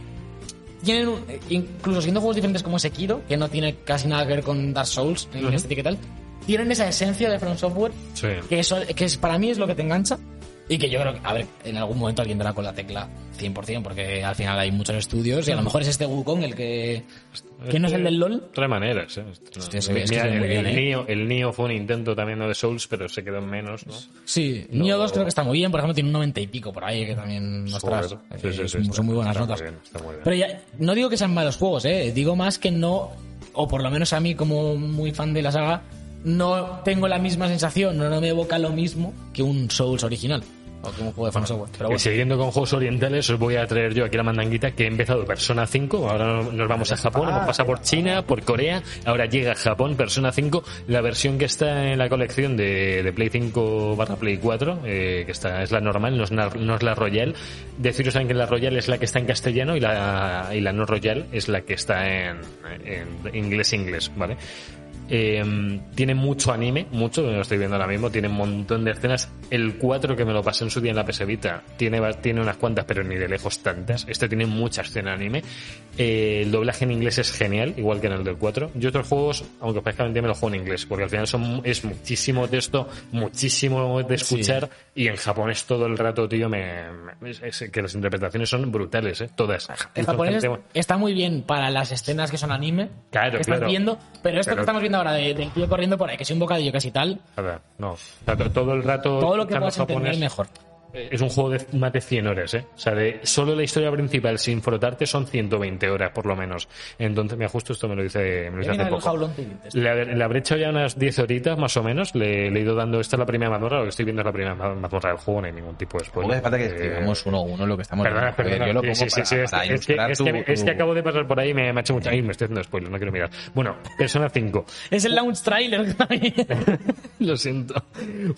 S3: Tienen, un- eh, incluso siendo juegos diferentes como Sekiro, que no tiene casi nada que ver con Dark Souls, en estética y tal, tienen esa esencia de From Software,
S1: Sí.
S3: que, eso, que es, para mí es lo que te engancha, y que yo creo que, a ver, en algún momento alguien dará con la tecla 100%, porque al final hay muchos estudios, y a lo mejor es este Wukong el que... que no es el del LOL?
S1: Otra manera, ¿eh?
S3: Hostia, se ve- es que
S1: Mira,
S3: se ve
S1: el,
S3: muy bien,
S1: el
S3: ¿eh?
S1: Nioh- el Nioh fue un intento también ¿no? de Souls, pero se quedó en menos, ¿no?
S3: Sí,
S1: Lo-
S3: Nioh 2 creo que está muy bien, por ejemplo, tiene un 90 y pico por ahí, que también, ostras,
S1: Joder.
S3: eh,
S1: Sí, sí, sí,
S3: son
S1: está-
S3: muy buenas
S1: está
S3: notas.
S1: bien, está muy bien.
S3: Pero ya, no digo que sean malos juegos, eh. Digo más que no, o por lo menos a mí como muy fan de la saga, no tengo la misma sensación, no, no me evoca lo mismo que un Souls original. O que un juego de fan software. Pero
S1: Y
S3: bueno,
S1: siguiendo con juegos orientales, os voy a traer yo aquí la mandanguita que he empezado Persona 5. Ahora no- nos vamos a Japón, hemos pasado por China, por Corea. Ahora llega a Japón Persona 5, la versión que está en la colección de, de Play 5 barra Play 4, eh, que está, es la normal, no es, na- no es la Royal. Deciros saben que la Royal es la que está en castellano y la, y la no Royal es la que está en, en inglés-inglés, ¿vale? eh, tiene mucho anime, mucho, lo estoy viendo ahora mismo, tiene un montón de escenas. El 4 que me lo pasé en su día en la PS Vita, tiene, va- tiene unas cuantas, pero ni de lejos tantas. Este tiene mucha escena anime. Eh, el doblaje en inglés es genial, igual que en el del 4. Yo otros juegos, aunque os parezca mentira, me lo juego en inglés, porque al final son, es muchísimo texto, muchísimo de escuchar, y en japonés todo el rato, tío, me, me- es- es que las interpretaciones son brutales, ¿eh? Todas.
S3: El
S1: Son
S3: japonés
S1: gente-
S3: está muy bien para las escenas que son anime.
S1: Claro,
S3: que estás
S1: claro.
S3: viendo, pero esto
S1: Pero-
S3: que estamos viendo ahora de- del tío corriendo por ahí, que es un bocadillo casi tal,
S1: Nada, no. O sea, to- todo el rato.
S3: todo lo que
S1: escuchando
S3: puedas entender
S1: japonés.
S3: mejor.
S1: Eh, Es un juego de más de 100 horas, ¿eh? O sea, de solo la historia principal sin frotarte son 120 horas, por lo menos. Entonces, mira, justo esto me lo dice, me lo dice
S3: Mira
S1: hace
S3: el
S1: poco.
S3: How Long to Beat, este.
S1: Le, habré- le habré hecho ya unas 10 horitas, más o menos. Le, le he ido dando... Esta es la primera mazmorra, lo que estoy viendo es la primera ma- mazmorra del juego, no hay ningún tipo de spoiler.
S2: Tampoco hace falta que
S1: Eh,
S2: escribamos uno a uno lo que estamos
S1: Perdona,
S2: viendo, porque
S1: perdona.
S2: Yo lo
S1: Sí,
S2: pongo
S1: sí,
S2: para,
S1: sí, es,
S2: para
S1: es que,
S2: ilustrar
S1: es que-
S2: tu-
S1: es que
S2: tu-
S1: acabo de pasar por ahí y me, me ha hecho mucha... Ay, me estoy haciendo spoiler, no quiero mirar. Bueno, Persona 5.
S3: Es el launch trailer.
S1: Lo siento.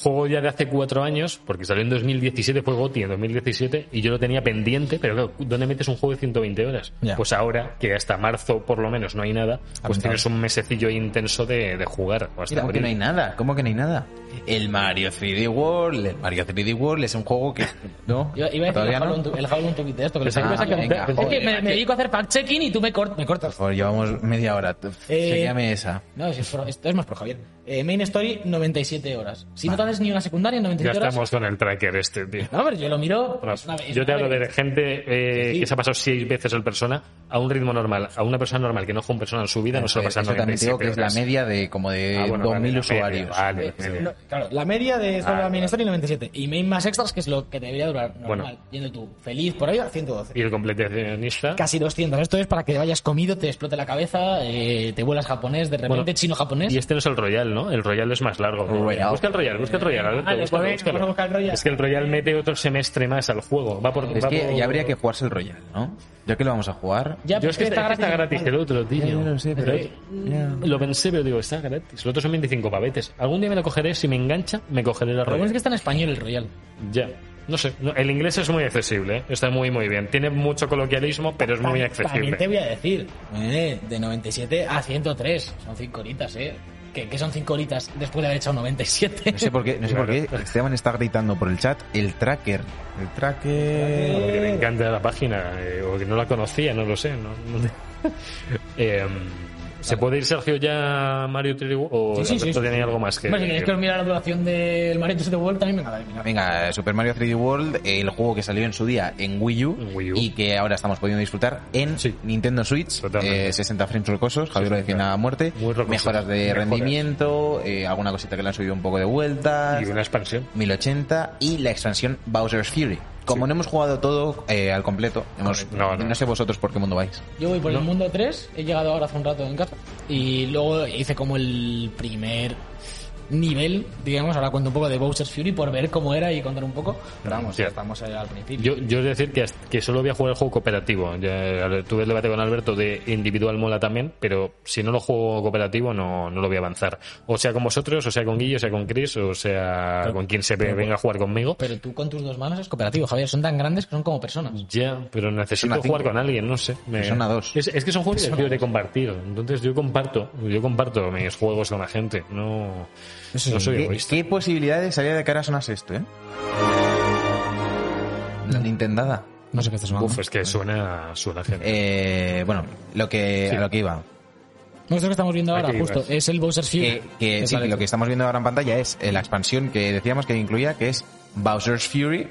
S1: Juego ya de hace cuatro años, porque salió en 2017, fue GOTY en 2017, y yo lo tenía pendiente, pero claro, ¿dónde metes un juego de 120 horas?
S2: Ya.
S1: Pues ahora, que hasta marzo por lo menos no hay nada, pues
S2: Apuntado.
S1: tienes un mesecillo intenso de, de jugar. o hasta
S2: Mira, que
S1: abril.
S2: no hay nada. ¿Cómo que no hay nada? El Mario 3D World, el Mario 3D World es un juego que... ¿No?
S3: Yo iba a decir el
S2: ¿Todavía
S3: How
S2: no?
S3: Long to- el How Long to Beat de esto. Que lo
S1: Pensaba
S3: sabía.
S2: que
S3: Es
S2: venga,
S3: que
S2: joder,
S3: me, me dedico a hacer fact-checking y tú me, cort- me
S2: Por
S3: cortas.
S2: favor, llevamos media hora.
S3: Eh,
S2: Seguíame esa.
S3: No, si es pro- esto es más pro, Javier. Eh, main Story, 97 horas. Si no te haces ni una secundaria,
S1: Ya
S3: 97 horas.
S1: estamos con el tracker este, tío.
S3: No, pero yo lo miro.
S1: Bueno,
S3: es una- es
S1: yo te
S3: una
S1: hablo de
S3: vergüenza.
S1: gente eh,
S3: Sí, sí.
S1: que se ha pasado seis veces el persona a un ritmo normal. A una persona normal que no juega un persona en su vida no se lo pasa
S2: Eso también te digo que es la media de como de
S1: Ah,
S2: 2.000 usuarios.
S1: Vale,
S3: Eh,
S1: media.
S3: no, claro, la media de esto
S1: Ah,
S3: de la main
S1: claro.
S3: story 97 y main más extras que es lo que debería durar normal
S1: Bueno.
S3: yendo tú feliz por ahí a 112
S1: Y el completacionista.
S3: casi 200 esto es para que vayas comido te explote la cabeza eh, te vuelas japonés de repente
S1: Bueno,
S3: chino japonés
S1: Y este no es el Royal, ¿no? El Royal es más largo.
S2: Royal.
S1: Busca el Royal, busca el Royal. Alberto,
S3: Vale,
S1: búscalo,
S3: pues venga,
S1: búscalo.
S3: vamos a buscar el Royal.
S1: Es que el Royal mete otro semestre más al juego. Va por,
S2: Es
S1: va
S2: que
S1: por-
S2: ya habría que jugarse el Royal, ¿no? Ya que lo vamos a jugar...
S3: Ya,
S1: Yo es que
S3: pero
S1: está, gratis, está gratis el otro, tío.
S2: Ya, ya lo sé, pero- ya.
S1: Lo pensé, pero digo, está gratis. Los otros son 25 pavetes. Algún día me lo cogeré, si me engancha, me cogeré la
S3: Lo bueno
S1: Royal.
S3: es que está en español el Royal
S1: Ya. No sé, no, el inglés es muy accesible, ¿eh? está muy muy bien. Tiene mucho coloquialismo, pero es muy
S3: También- También te
S1: accesible.
S3: voy a decir, eh, de 97 a 103, son 5 horitas, ¿eh? Que, que son 5 horitas después de haber echado 97.
S2: No sé por qué, no sé por qué Esteban está gritando por el chat el tracker. El tracker.
S1: Porque me
S3: Eh.
S1: encanta la página, eh, o que no la conocía, no lo sé. no- no te- Eh, ¿Se puede ir Sergio ya a Mario 3 o
S3: Sí, sí,
S1: Alberto
S3: sí, sí,
S1: tiene
S3: sí.
S1: algo más que...?
S3: Hombre, si queréis que os mire la duración del Mario 3 de World, también me la da de mirar.
S2: Venga, Super Mario 3D World, el juego que salió en su día en Wii U,
S1: En Wii U.
S2: y que ahora estamos pudiendo disfrutar en
S1: Sí.
S2: Nintendo Switch,
S1: Totalmente.
S2: eh, 60 frames rocosos, Javier lo decía
S1: claro.
S2: a muerte,
S1: Muy rocosos.
S2: mejoras de
S1: Mejoras.
S2: rendimiento, eh, alguna cosita que le han subido un poco de vueltas,
S1: Y una expansión.
S2: 1080 y la expansión Bowser's Fury. Como no hemos jugado todo eh, al completo, hemos-
S1: No, no.
S2: no sé vosotros por qué mundo vais.
S3: Yo voy por el mundo 3, he llegado ahora hace un rato en casa. Y luego hice como el primer nivel, digamos, ahora cuento un poco de Bowser's Fury por ver cómo era y contar un poco. Pero vamos,
S1: Sí.
S3: ya estamos eh, al principio.
S1: Yo, yo he de decir que, hasta- que solo voy a jugar el juego cooperativo. Ya, tuve el debate con Alberto de individual mola también, pero si no lo juego cooperativo no, no lo voy a avanzar. O sea con vosotros, o sea con Guillo, o sea con Chris, o sea con quien se venga a jugar conmigo.
S3: Pero tú con tus dos manos es cooperativo, Javier, son tan grandes que son como personas.
S1: Ya, pero necesito
S2: Persona cinco.
S1: jugar con alguien, no sé. Me-
S2: Persona dos.
S1: Es, es que son juegos que quiero de compartir. Entonces yo comparto, yo comparto mis juegos con la gente. No, no soy
S2: ¿Qué,
S1: egoísta.
S2: qué posibilidades había de cara a sonas esto, eh? La Nintendada.
S3: No sé qué estás
S1: Uf, es que suena, suena genial.
S2: Eh, bueno, lo que,
S1: Sí.
S2: a lo que iba.
S3: No, esto que estamos viendo ahora,
S1: Aquí,
S3: justo,
S1: vas.
S3: es el Bowser's Fury.
S2: pues. Que, que
S3: Es
S2: sí,
S3: la
S2: que
S3: leche.
S2: lo que estamos viendo ahora en pantalla es eh, la expansión que decíamos que incluía, que es Bowser's Fury.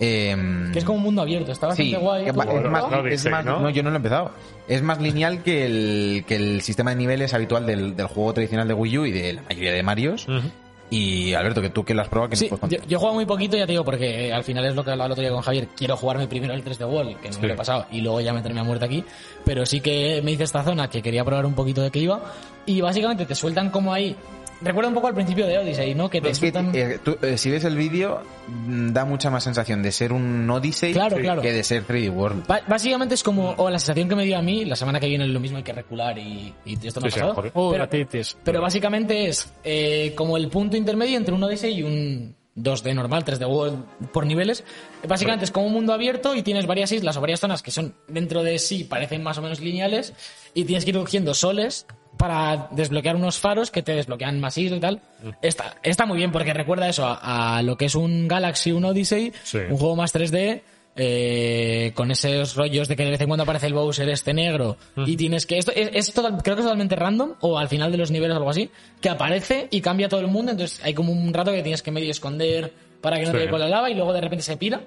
S2: em,
S3: Que es como un mundo abierto, está
S2: Sí,
S3: bastante guay.
S2: que
S3: tú-
S2: va- es
S1: Bueno,
S2: más,
S1: no
S2: es
S1: dices,
S2: más-
S1: ¿no?
S2: no, yo no lo he empezado. Es más lineal que el, que el sistema de niveles habitual del, del juego tradicional de Wii U y de la mayoría de Marios.
S1: Ujú.
S2: Y Alberto, que tú que lo has probado, que
S3: Sí,
S2: nos puedes
S3: yo,
S2: contar.
S3: yo he jugado muy poquito, ya te digo, porque eh, al final es lo que hablaba el otro día con Javier. Quiero jugarme primero el 3 de Wall, que no me lo he pasado, y luego ya meterme a muerte aquí. Pero sí que me hice esta zona que quería probar un poquito de qué iba. Y básicamente te sueltan como ahí. Recuerda un poco al principio de Odyssey, ¿no? Que te
S2: Es que,
S3: sueltan.
S2: eh, tú, eh, si ves el vídeo, mm, da mucha más sensación de ser un Odyssey
S3: Claro, claro.
S2: que de ser 3D World.
S3: Ba- Básicamente es como, o la sensación que me dio a mí, la semana que viene es lo mismo, hay que recular y, y esto no ha
S1: Sí, sí,
S3: pasado.
S1: joder. Oh,
S3: Pero-
S1: gatitis.
S3: Pero básicamente es eh, como el punto intermedio entre un Odyssey y un 2D normal, 3D World por niveles. Básicamente es como un mundo abierto y tienes varias islas o varias zonas que son dentro de sí, parecen más o menos lineales, y tienes que ir cogiendo soles para desbloquear unos faros que te desbloquean más islas y tal. Está, está muy bien porque recuerda eso a, a lo que es un Galaxy, un Odyssey,
S1: Sí.
S3: un juego más 3D. eh, con esos rollos de que de vez en cuando aparece el Bowser este negro y tienes que esto es, es total- creo que es totalmente random o al final de los niveles o algo así que aparece y cambia todo el mundo entonces hay como un rato que tienes que medio esconder para que no
S1: Sí.
S3: te dé con la lava y luego de repente se pira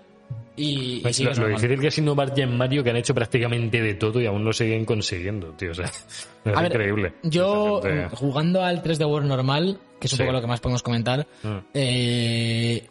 S3: y, y
S1: Pues lo,
S3: sigues
S1: lo
S3: normal.
S1: difícil que es innovar ya en Mario, que han hecho prácticamente de todo y aún lo siguen consiguiendo, tío. O sea, es
S3: A ver,
S1: increíble.
S3: Yo, mm,
S1: Esa gente-
S3: jugando al 3D World normal, que es un
S1: Sí.
S3: poco lo que más podemos comentar,
S1: Mm.
S3: eh,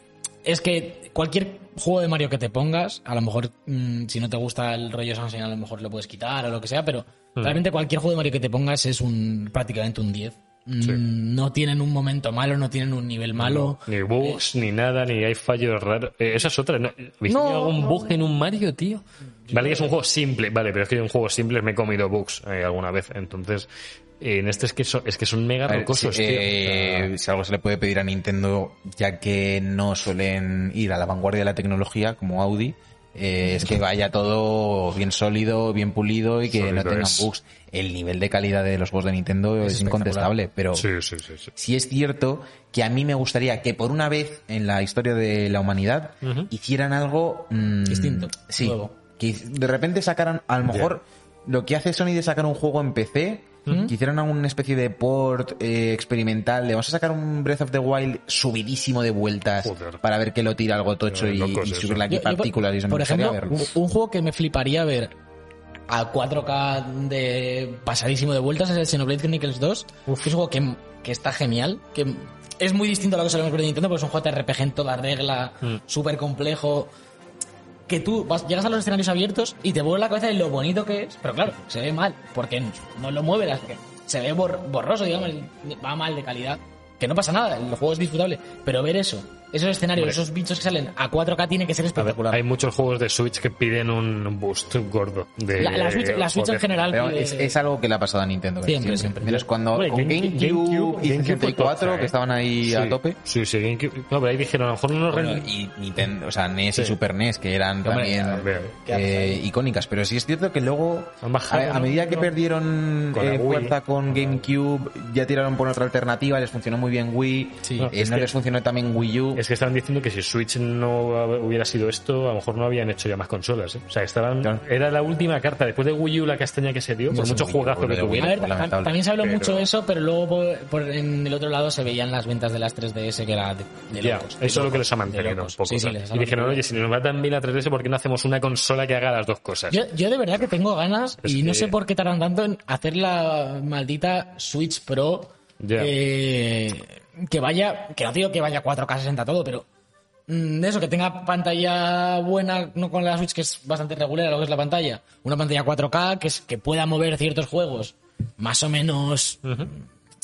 S3: es que cualquier juego de Mario que te pongas, a lo mejor mm, si no te gusta el rollo Sunshine, a lo mejor lo puedes quitar o lo que sea, pero
S1: Mm.
S3: realmente cualquier juego de Mario que te pongas es un prácticamente un 10. Mm,
S1: Sí.
S3: No tienen un momento malo, no tienen un nivel malo.
S1: Ni bugs, ni nada, ni hay fallos raros. Eh, esa es otra. ¿no? ¿Habéis tenido algún bug en un Mario, tío? Vale, que es un juego simple, vale, pero es que yo en juegos simples me he comido bugs eh, alguna vez. Entonces, eh, en este es que son, es que son mega
S2: A ver,
S1: rocosos,
S2: si,
S1: tío.
S2: eh,
S1: O sea,
S2: si algo se le puede pedir a Nintendo, ya que no suelen ir a la vanguardia de la tecnología, como Audi, eh, es que vaya todo bien sólido, bien pulido y que
S1: Sólido
S2: no tengan
S1: es.
S2: bugs. El nivel de calidad de los juegos de Nintendo es, incontestable, pero
S1: sí, sí, sí, sí.
S2: sí es cierto que a mí me gustaría que por una vez en la historia de la humanidad
S1: Ujú.
S2: hicieran algo mm,
S3: Distinto,
S2: Sí,
S3: nuevo.
S2: que de repente sacaran, a lo mejor lo que hace Sony de sacar un juego en PC, que hicieran alguna especie de port eh, experimental, le vamos a sacar un Breath of the Wild subidísimo de vueltas
S1: Joder.
S2: para ver que lo tira algo tocho
S1: Eh,
S2: y,
S1: locos
S2: y
S1: eso.
S2: subirle aquí
S3: Yo- yo, por-
S2: partículas y eso me
S3: por
S2: gustaría
S3: ejemplo,
S2: verlo.
S3: un, un juego que me fliparía ver a 4K de pasadísimo de vueltas es el Xenoblade Chronicles 2. que Es un juego que, que está genial, que es muy distinto a lo que solemos ver de Nintendo, porque es un juego de RPG en toda regla,
S2: Mm.
S3: súper complejo. Que tú vas- llegas a los escenarios abiertos y te vuelve la cabeza de lo bonito que es, pero claro, se ve mal, porque no lo mueve, las- se ve bor- borroso, digamos, va mal de calidad. Que no pasa nada, el juego es disfrutable, pero ver eso, esos escenarios, esos bichos que salen a 4K tiene que ser
S1: A ver,
S3: espectacular.
S1: hay muchos juegos de Switch que piden un boost gordo. De,
S3: La, la Switch, la Switch en
S1: eh, joder.
S3: general. eh,
S2: Pero
S3: pide-
S2: es, es algo que le ha pasado a Nintendo.
S3: Siempre, siempre.
S2: Menos cuando
S1: Hombre,
S2: con
S1: Game-
S2: GameCube,
S1: GameCube-
S2: y
S1: GameCube
S2: 64,
S1: tocha,
S2: que
S1: eh.
S2: estaban ahí
S1: Sí,
S2: a tope.
S1: Sí, sí, GameCube. No, pero ahí dijeron, a lo mejor no nos
S2: Bueno,
S1: ren-
S2: y Nintendo, o sea, NES y
S1: Sí.
S2: Super NES, que eran
S3: Hombre,
S2: también
S1: hombre.
S2: eh, icónicas. Pero sí es cierto que luego,
S1: Han bajado,
S2: a, a
S1: ¿no?
S2: medida que
S1: No.
S2: perdieron
S1: Con la
S2: eh,
S1: Wii.
S2: fuerza con GameCube, ya tiraron por otra alternativa, les funcionó muy bien Wii,
S3: Sí.
S2: eh,
S1: Es
S2: no
S1: que-
S2: les funcionó también Wii U.
S1: Es que estaban diciendo que si Switch no hubiera sido esto, a lo mejor no habían hecho ya más consolas. ¿eh? O sea, estaban,
S2: Claro.
S1: era la última carta. Después de Wii U, la castaña que se dio, por
S2: Mucho
S1: mucho
S2: Wii U,
S1: juegazo
S2: lo
S1: que
S2: de Wii
S3: A
S2: U.
S1: tuvieron.
S3: ver, tam-
S2: lamentable.
S3: también se habló
S1: Pero-
S3: mucho eso, pero luego por, por- en el otro lado se veían las ventas de las 3DS que era de, de
S1: Ya,
S3: locos.
S1: eso es lo que les ha
S3: De
S1: mantenido un
S3: locos.
S1: poco.
S3: Sí, sí,
S1: tal.
S3: les ha
S1: y dijeron,
S3: mantenido.
S1: oye, si nos va tan bien la 3DS, ¿por qué no hacemos una consola que haga las dos cosas?
S3: Yo, yo de verdad que tengo ganas
S1: Es
S3: y no
S1: que-
S3: sé por qué tardan tanto en hacer la maldita Switch Pro.
S1: Ya.
S3: eh, que vaya, que no digo que vaya 4K 60 todo, pero mm, eso, que tenga pantalla buena, no con la Switch que es bastante regular lo que es la pantalla. Una pantalla 4K que, es, que pueda mover ciertos juegos más o menos. mm,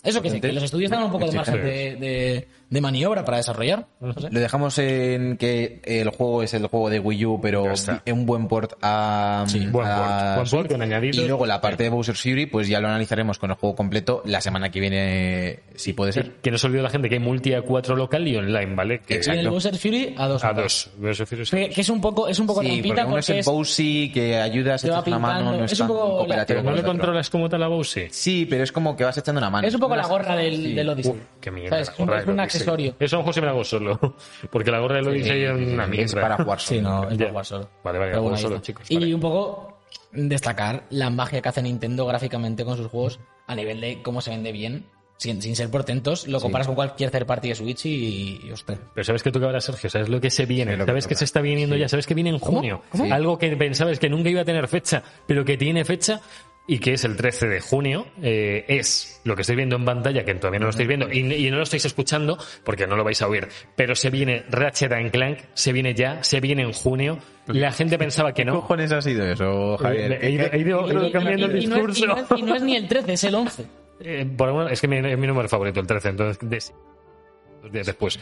S3: Eso que, sí, que los estudios dan un poco de margen de, de- de maniobra para desarrollar. no sé.
S2: Lo dejamos en que el juego es el juego de Wii U, pero
S1: Ya está.
S2: un buen port a,
S1: Buen
S2: a-
S1: port, buen port con añadidos.
S2: Y luego la parte de Bowser Fury, pues ya lo analizaremos con el juego completo la semana que viene, si puede ser.
S1: Que no se olvide la gente que hay multi a 4 local y online, ¿vale? Que,
S3: Y en el Bowser Fury a dos.
S1: A dos. Versus Fury,
S3: Que, que es un poco, es un poco
S2: Sí,
S3: trampita
S2: porque uno
S3: porque
S2: es el
S3: es-
S2: Bowsy que ayudas,
S3: Te va
S2: echas una mano,
S3: pintando.
S2: no es,
S3: Es un
S2: tan
S3: poco
S2: cooperativo
S1: Pero no
S2: como
S1: le
S2: el otro.
S1: controlas como tal a Bowser.
S2: Sí, pero es como que vas echando una mano.
S3: Es un poco la
S2: Unas-
S3: gorra del, del Odyssey.
S1: Uf, qué mierda.
S3: ¿Sabes? Es
S1: la
S3: un,
S1: gorra
S3: es
S1: del
S3: un
S1: Odyssey.
S3: accesorio.
S1: Eso a lo mejor se me la hago solo. Porque la gorra del Odyssey es una mierda.
S2: Es para jugar solo.
S3: Sí, no, es
S1: Ya.
S3: para jugar solo.
S1: Vale, vale,
S3: Pero
S1: jugar
S3: ahí
S1: solo,
S3: está.
S1: chicos,
S3: Y
S1: vale.
S3: un poco destacar la magia que hace Nintendo gráficamente con sus juegos a nivel de cómo se vende bien, sin, sin ser portentos. Lo comparas con cualquier third party de Switch y, y hostia.
S1: Pero sabes que toca ahora, Sergio, sabes lo que se viene,
S2: Sí, lo que
S1: sabes que,
S2: toca.
S1: se está viniendo ya, sabes que viene en junio.
S2: ¿Cómo?
S1: Algo que pensabas que nunca iba a tener fecha, pero que tiene fecha y que es el 13 de junio, eh, es lo que estoy viendo en pantalla, que todavía no lo estáis viendo y, y no lo estáis escuchando porque no lo vais a oír, pero se viene Ratchet and Clank, se viene ya, se viene en junio. La gente pensaba que
S2: ¿Qué
S1: no.
S2: cojones ha sido eso, Javier?
S1: He ido- he ido- he ido cambiando el
S3: eh, Y no, es, y
S1: discurso.
S3: no es- y no es ni el 13, es el 11.
S1: Eh, por alguna- es que mi, es mi número favorito, el 13, entonces... de- días después.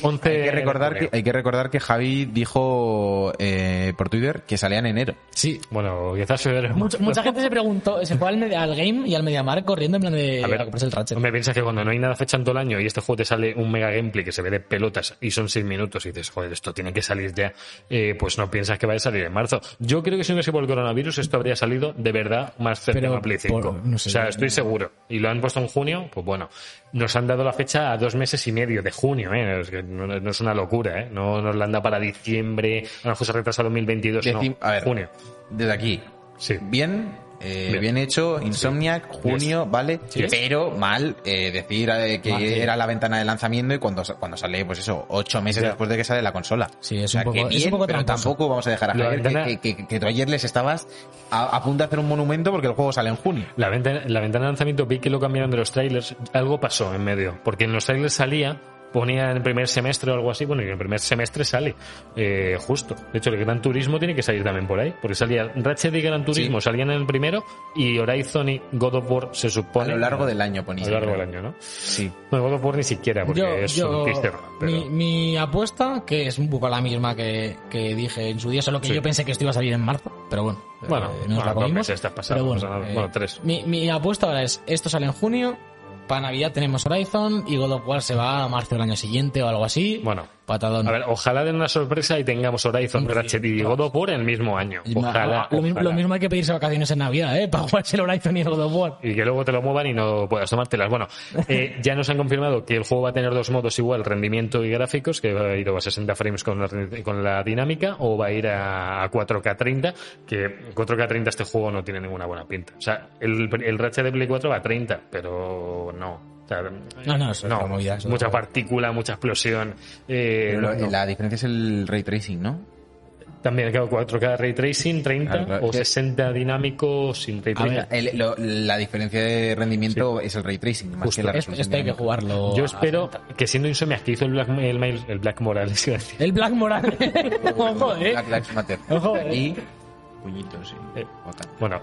S1: 11
S2: Hay que recordar
S1: de
S2: que,
S1: julio.
S2: hay que recordar que Javi dijo eh, por Twitter que salía en enero.
S1: Sí, bueno, quizás se verá
S3: Mucha, mucha gente se preguntó, se fue al, media- al game y al MediaMar corriendo en plan de
S1: A ver,
S3: a comprarse el Ratchet.
S1: Me piensas que cuando no hay nada fecha en todo el año y este juego te sale un mega gameplay que se ve de pelotas y son seis minutos y dices, joder, esto tiene que salir ya, eh, pues no piensas que vaya a salir en marzo. Yo creo que si no hubiese por el coronavirus esto habría salido de verdad más cerca
S3: Pero
S1: de Play
S3: por-
S1: 5.
S3: no sé,
S1: o sea,
S3: yo-
S1: estoy seguro. Y lo han puesto en junio, pues bueno. Nos han dado la fecha a dos meses y medio de junio, ¿eh? Es que no, no es una locura, ¿eh? No nos la han dado para diciembre, a lo mejor se retrasa 2022,
S3: Pues
S2: Decim-
S1: no,
S2: a ver,
S1: junio.
S2: desde aquí.
S1: Sí.
S2: Bien, eh,
S1: Bien.
S2: bien. hecho, Insomniac, junio, ¿vale?
S1: Sí.
S2: Pero mal eh, decir eh, que
S3: Mal, sí.
S2: era la ventana de lanzamiento y cuando, sa- cuando sale, pues eso, ocho meses
S1: Ya.
S2: después de que sale la consola.
S3: Sí, es
S2: O sea,
S3: un poco-
S2: que
S3: es un
S2: bien,
S3: poco
S2: pero
S3: tramposo.
S2: tampoco vamos a dejar a
S1: La
S2: Javier que-
S1: ventana-
S2: que, que- que tú ayer les estabas a, a punto de hacer un monumento porque el juego sale en junio.
S1: La ventana, la ventana de lanzamiento vi que lo cambiaron de los trailers. Algo pasó en medio. Porque en los trailers salía, ponía en el primer semestre o algo así. Bueno, y en el primer semestre sale. eh, justo. De hecho, el Gran Turismo tiene que salir también por ahí. Porque salía Ratchet y Gran Turismo salían en el primero. Y Horizon y God of War se
S2: A
S1: supone.
S2: lo largo del año, ponís.
S1: A lo largo del año, ¿no?
S2: Sí.
S1: Bueno, God of War ni siquiera, porque es un pisterno. Pero...
S3: mi, mi apuesta, que es un poco la misma que, que dije en su día, solo que
S1: Sí.
S3: yo pensé que esto iba a salir en marzo, pero bueno,
S1: Bueno,
S3: eh,
S1: bueno,
S3: nos la
S1: dos
S3: comimos.
S1: meses estás pasando,
S3: pero eh,
S1: no pasa nada. Bueno, tres.
S3: Mi, mi apuesta ahora es, esto sale en junio, para Navidad tenemos Horizon y God of War se va a marzo del año siguiente o algo así.
S1: Bueno.
S3: patadón.
S1: A ver, ojalá den una sorpresa y tengamos Horizon, Ratchet y God of War en el mismo año.
S3: Y ma-
S1: Ojalá.
S3: lo, mi- lo
S1: ojalá.
S3: mismo hay que pedirse vacaciones en Navidad, ¿eh? Para jugarse el Horizon y el God of War.
S1: y que luego te lo muevan y no puedas tomártelas. Bueno, eh, ya nos han confirmado que el juego va a tener dos modos igual, rendimiento y gráficos, que va a ir o a 60 frames con la, con la dinámica o va a ir a, a 4K 30, que 4K 30 este juego no tiene ninguna buena pinta. O sea, el, el Ratchet de Play 4 va a 30, pero no. O sea,
S3: No, no, eso es otra movida, eso es
S1: mucha
S3: otra-
S1: partícula, mucha explosión. eh,
S2: Pero lo-
S1: no.
S2: La diferencia es el ray tracing, ¿no?
S1: También, claro, 4K ray tracing, 30
S2: Claro, claro,
S1: o
S2: que-
S1: 60 dinámico sin ray
S2: A
S1: tracing.
S2: ver, el- lo- la diferencia de rendimiento es el ray tracing, más
S1: Justo.
S2: que la
S3: Es-
S2: resolución
S3: esto hay que
S2: dinámica.
S3: jugarlo.
S1: Yo
S3: a-
S1: espero que siendo Insomniac que hizo el Black, el, Mail- el Black Morales, iba a decir.
S3: El Black Moral. Ojo, ¿eh?
S2: Black Lives Matter.
S3: Ojo, eh.
S2: Y puñitos, sí.
S1: Eh.
S2: Bacán.
S1: bueno,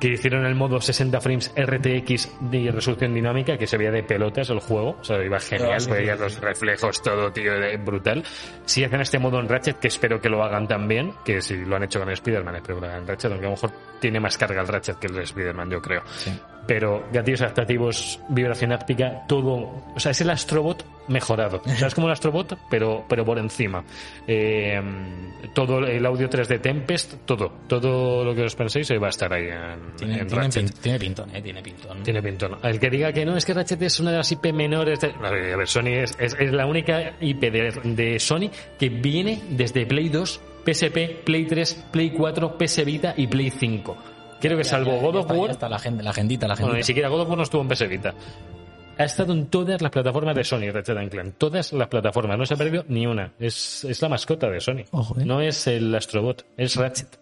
S1: que hicieron el modo 60 frames RTX de resolución dinámica, que se veía de pelotas el juego, o sea, iba genial, veías los reflejos, todo, tío, de- brutal. Si hacen este modo en Ratchet, que espero que lo hagan también, que si lo han hecho con Spider-Man, espero que lo hagan en Ratchet, aunque a lo mejor tiene más carga el Ratchet que el de Spider-Man, yo creo. Pero gatillos adaptativos, vibración áptica, todo. O sea, es el Astrobot mejorado. O sea, es como el Astrobot, pero, pero por encima. Eh, todo el audio 3D Tempest, todo. Todo lo que os penséis eh, va a estar ahí en,
S3: Tiene,
S1: en
S3: tiene
S1: Ratchet.
S3: pin- tiene pintón, ¿eh? Tiene pintón.
S1: Tiene pintón. El que diga que no, es que Ratchet es una de las IP menores. de- A ver, a ver, Sony es, es- es la única IP de, de Sony que viene desde Play 2, PSP, Play 3, Play 4, PS Vita y Play 5. Creo que salvo God
S3: Ya
S1: of
S3: está, ya
S1: War,
S3: está, la, gente, la agendita, la
S1: bueno,
S3: agendita.
S1: ni siquiera God of War no estuvo en PS Vita. Ha estado en todas las plataformas de Sony, Ratchet and Clank. Todas las plataformas. No se ha perdido ni una. Es, es la mascota de Sony.
S3: Ojo, eh.
S1: No es el Astrobot, es Ratchet.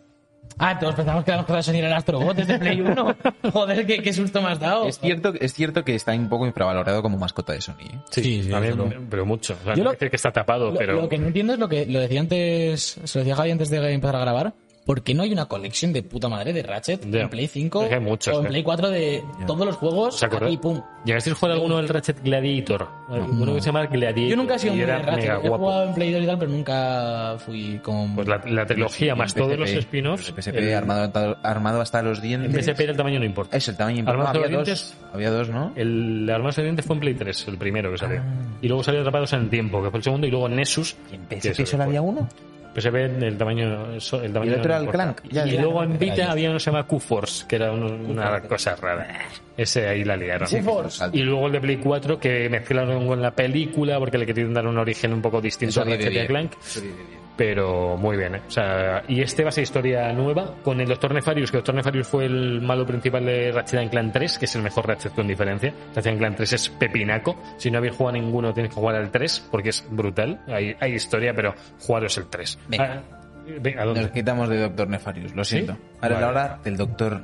S3: Ah, todos pensamos que las cosas son ir al Astrobot desde Play 1. Joder, qué, qué susto me has
S1: Oh,
S3: dado.
S2: Es cierto, es cierto que está un poco infravalorado como mascota de Sony. ¿eh?
S3: Sí, sí,
S1: A mí,
S3: desde luego.
S1: m- pero mucho. O sea,
S3: Yo
S1: no
S3: lo-
S1: quiero decir que está tapado,
S3: Lo,
S1: pero...
S3: lo que no entiendo es lo que lo decía antes, se lo decía Javi antes de empezar a grabar. ¿Por qué no hay una colección de puta madre de Ratchet
S1: Ya.
S3: en Play 5
S1: Es que hay muchos,
S3: o en
S1: eh.
S3: Play 4 de todos los juegos?
S1: ¿Os acordáis?
S3: aquí, pum.
S1: ¿Llegasteis a jugar alguno del Ratchet Gladiator? Uno que se llama Gladiator.
S3: Yo nunca he sido
S1: y
S3: muy
S1: era
S3: de Ratchet.
S1: mega
S3: He
S1: guapo.
S3: jugado en Play 2 y tal, pero nunca fui con...
S1: Pues la, la trilogía más todos los
S2: PSP,
S1: spin-offs.
S2: el PSP
S1: el-
S2: armado, hasta- armado hasta los
S1: en
S2: dientes.
S1: PSP era el tamaño no importa.
S2: Es el tamaño
S1: Armado
S2: importante.
S1: hasta
S2: Había
S1: los
S2: dos, había dos, ¿no?
S1: El Armas de Dientes fue en Play 3, el primero que salió. Y luego salió Atrapados en el Tiempo, que fue el segundo, y luego Nexus.
S2: Ah. ¿Y en
S1: que
S2: PSP
S1: es
S2: solo
S1: el-
S2: había uno?
S1: PSP en el tamaño. so- El, tamaño
S2: Y el otro
S1: no
S2: era el
S1: importa.
S2: Clank, ya,
S1: y
S2: ya.
S1: luego en
S2: Era
S1: Vita
S2: ya.
S1: había uno que se llama Q-Force, que era un- una cosa rara. Ese ahí la liaron.
S2: Q-Force.
S1: Y luego el de Play 4, que mezclaron con la película porque le querían dar un origen un poco distinto
S2: Eso
S1: a
S2: ni de
S1: Ratchet y a
S2: diez.
S1: Clank. Pero muy bien, ¿eh? O sea, y este va a ser historia nueva con el Doctor Nefarius, que Doctor Nefarius fue el malo principal de Ratchet and Clank 3, que es el mejor Ratchet con diferencia. Ratchet and Clank 3 es pepinaco. Si no habéis jugado a ninguno, tenéis que jugar al 3, porque es brutal. Hay, hay historia, pero jugaros el 3.
S2: Venga.
S1: Ah, venga, ¿a dónde?
S2: Nos quitamos de Doctor Nefarius, lo siento. Ahora es
S1: Vale.
S2: la hora del Doctor.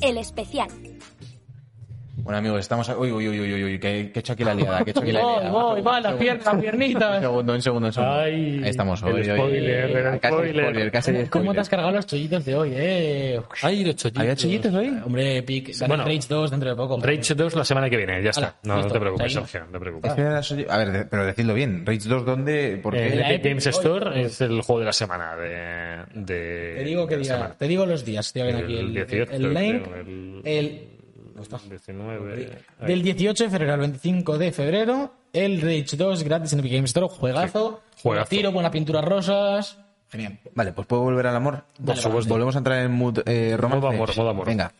S4: El especial.
S2: Bueno, amigos, estamos... a- Uy, uy, uy, uy, uy, uy, que, que he hecho aquí la liada, que he hecho aquí la
S3: Voy,
S2: liada.
S3: voy, va, las
S2: Un
S3: piernas, las
S2: segundo, Un
S3: piernitas.
S2: segundo, un segundo, un segundo.
S1: Ay,
S2: Ahí estamos
S1: el
S2: hoy. hoy,
S1: spoiler,
S2: hoy,
S1: el
S2: casi
S1: spoiler.
S2: casi
S3: ¿Cómo te
S2: spoiler.
S3: has cargado los chollitos de hoy, eh?
S1: Ay, los chollitos.
S2: ¿Había chollitos hoy?
S3: Hombre, Pic, Dark
S1: Bueno,
S3: Rage 2 dentro de poco.
S1: Rage 2 la semana que viene, ya está.
S3: Hala,
S1: no, no
S3: listo,
S1: te preocupes,
S3: seguimos.
S1: Sergio, no te preocupes.
S2: Es que era solli- A ver, de- pero decidlo bien. Rage 2, ¿dónde? Porque...
S1: Eh,
S3: la
S1: el Epic
S3: Epic
S1: Games
S3: hoy.
S1: Store es el juego de la semana de. de-
S3: Te digo
S1: de
S3: que
S1: la
S3: día,
S1: eh, semana.
S3: te digo los días, estoy viendo aquí
S1: El
S3: el,
S1: 18,
S3: el link,
S1: creo, el-
S3: el- no está.
S1: 19. ahí.
S3: del 18 de febrero al 25 de febrero, el Rage 2 gratis en Epic Games Store, juegazo,
S1: Sí, juegazo.
S3: tiro, buena pintura rosas, genial.
S2: Vale, pues ¿puedo volver al amor?
S3: Por Vale, supuesto.
S2: Volvemos a entrar en mood eh, romance.
S1: Modo amor, modo amor.
S2: Venga.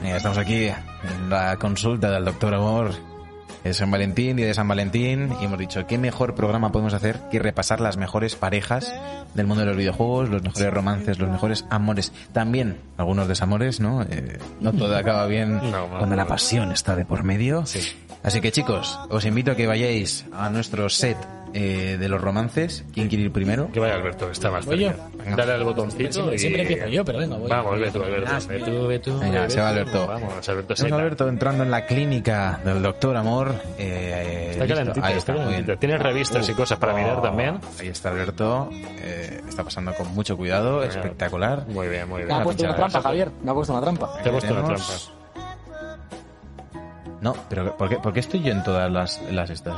S2: Venga, estamos aquí en la consulta del doctor amor. Es San Valentín, día de San Valentín, y hemos dicho, ¿qué mejor programa podemos hacer que repasar las mejores parejas del mundo de los videojuegos, los mejores romances, los mejores amores? También algunos desamores, ¿no? Eh, no todo acaba bien
S1: No, no,
S2: cuando la
S1: no.
S2: pasión está de por medio. Así que chicos, os invito a que vayáis a nuestro set eh, de los romances. ¿Quién quiere ir primero?
S1: Que vaya Alberto, está más
S3: Voy
S1: cerca.
S3: yo.
S1: Dale al botoncito.
S3: Siempre-
S1: y...
S3: siempre empiezo yo, pero venga, voy. Ah,
S1: Vamos, ve tú, Alberto. Ve tú, ve tú,
S2: Venga,
S1: ve
S2: se va
S1: tú.
S2: Alberto.
S1: Vamos, Alberto,
S2: Tenemos
S1: seta.
S2: a Alberto entrando en la clínica del doctor Amor. Eh,
S1: Está
S2: listo.
S1: calentito,
S2: Ahí
S1: está
S2: muy bien.
S1: calentito. Tienes revistas y cosas
S3: Oh.
S1: para mirar también.
S2: Ahí está Alberto. Eh, está pasando con mucho cuidado. Espectacular.
S1: Muy bien, muy
S3: Me
S1: bien.
S3: ha puesto una
S2: pinchada,
S3: trampa, Javier, me ha puesto una trampa.
S1: Te he puesto una trampa.
S2: Tenemos- No, pero ¿por qué, por qué estoy yo en todas las, las estas?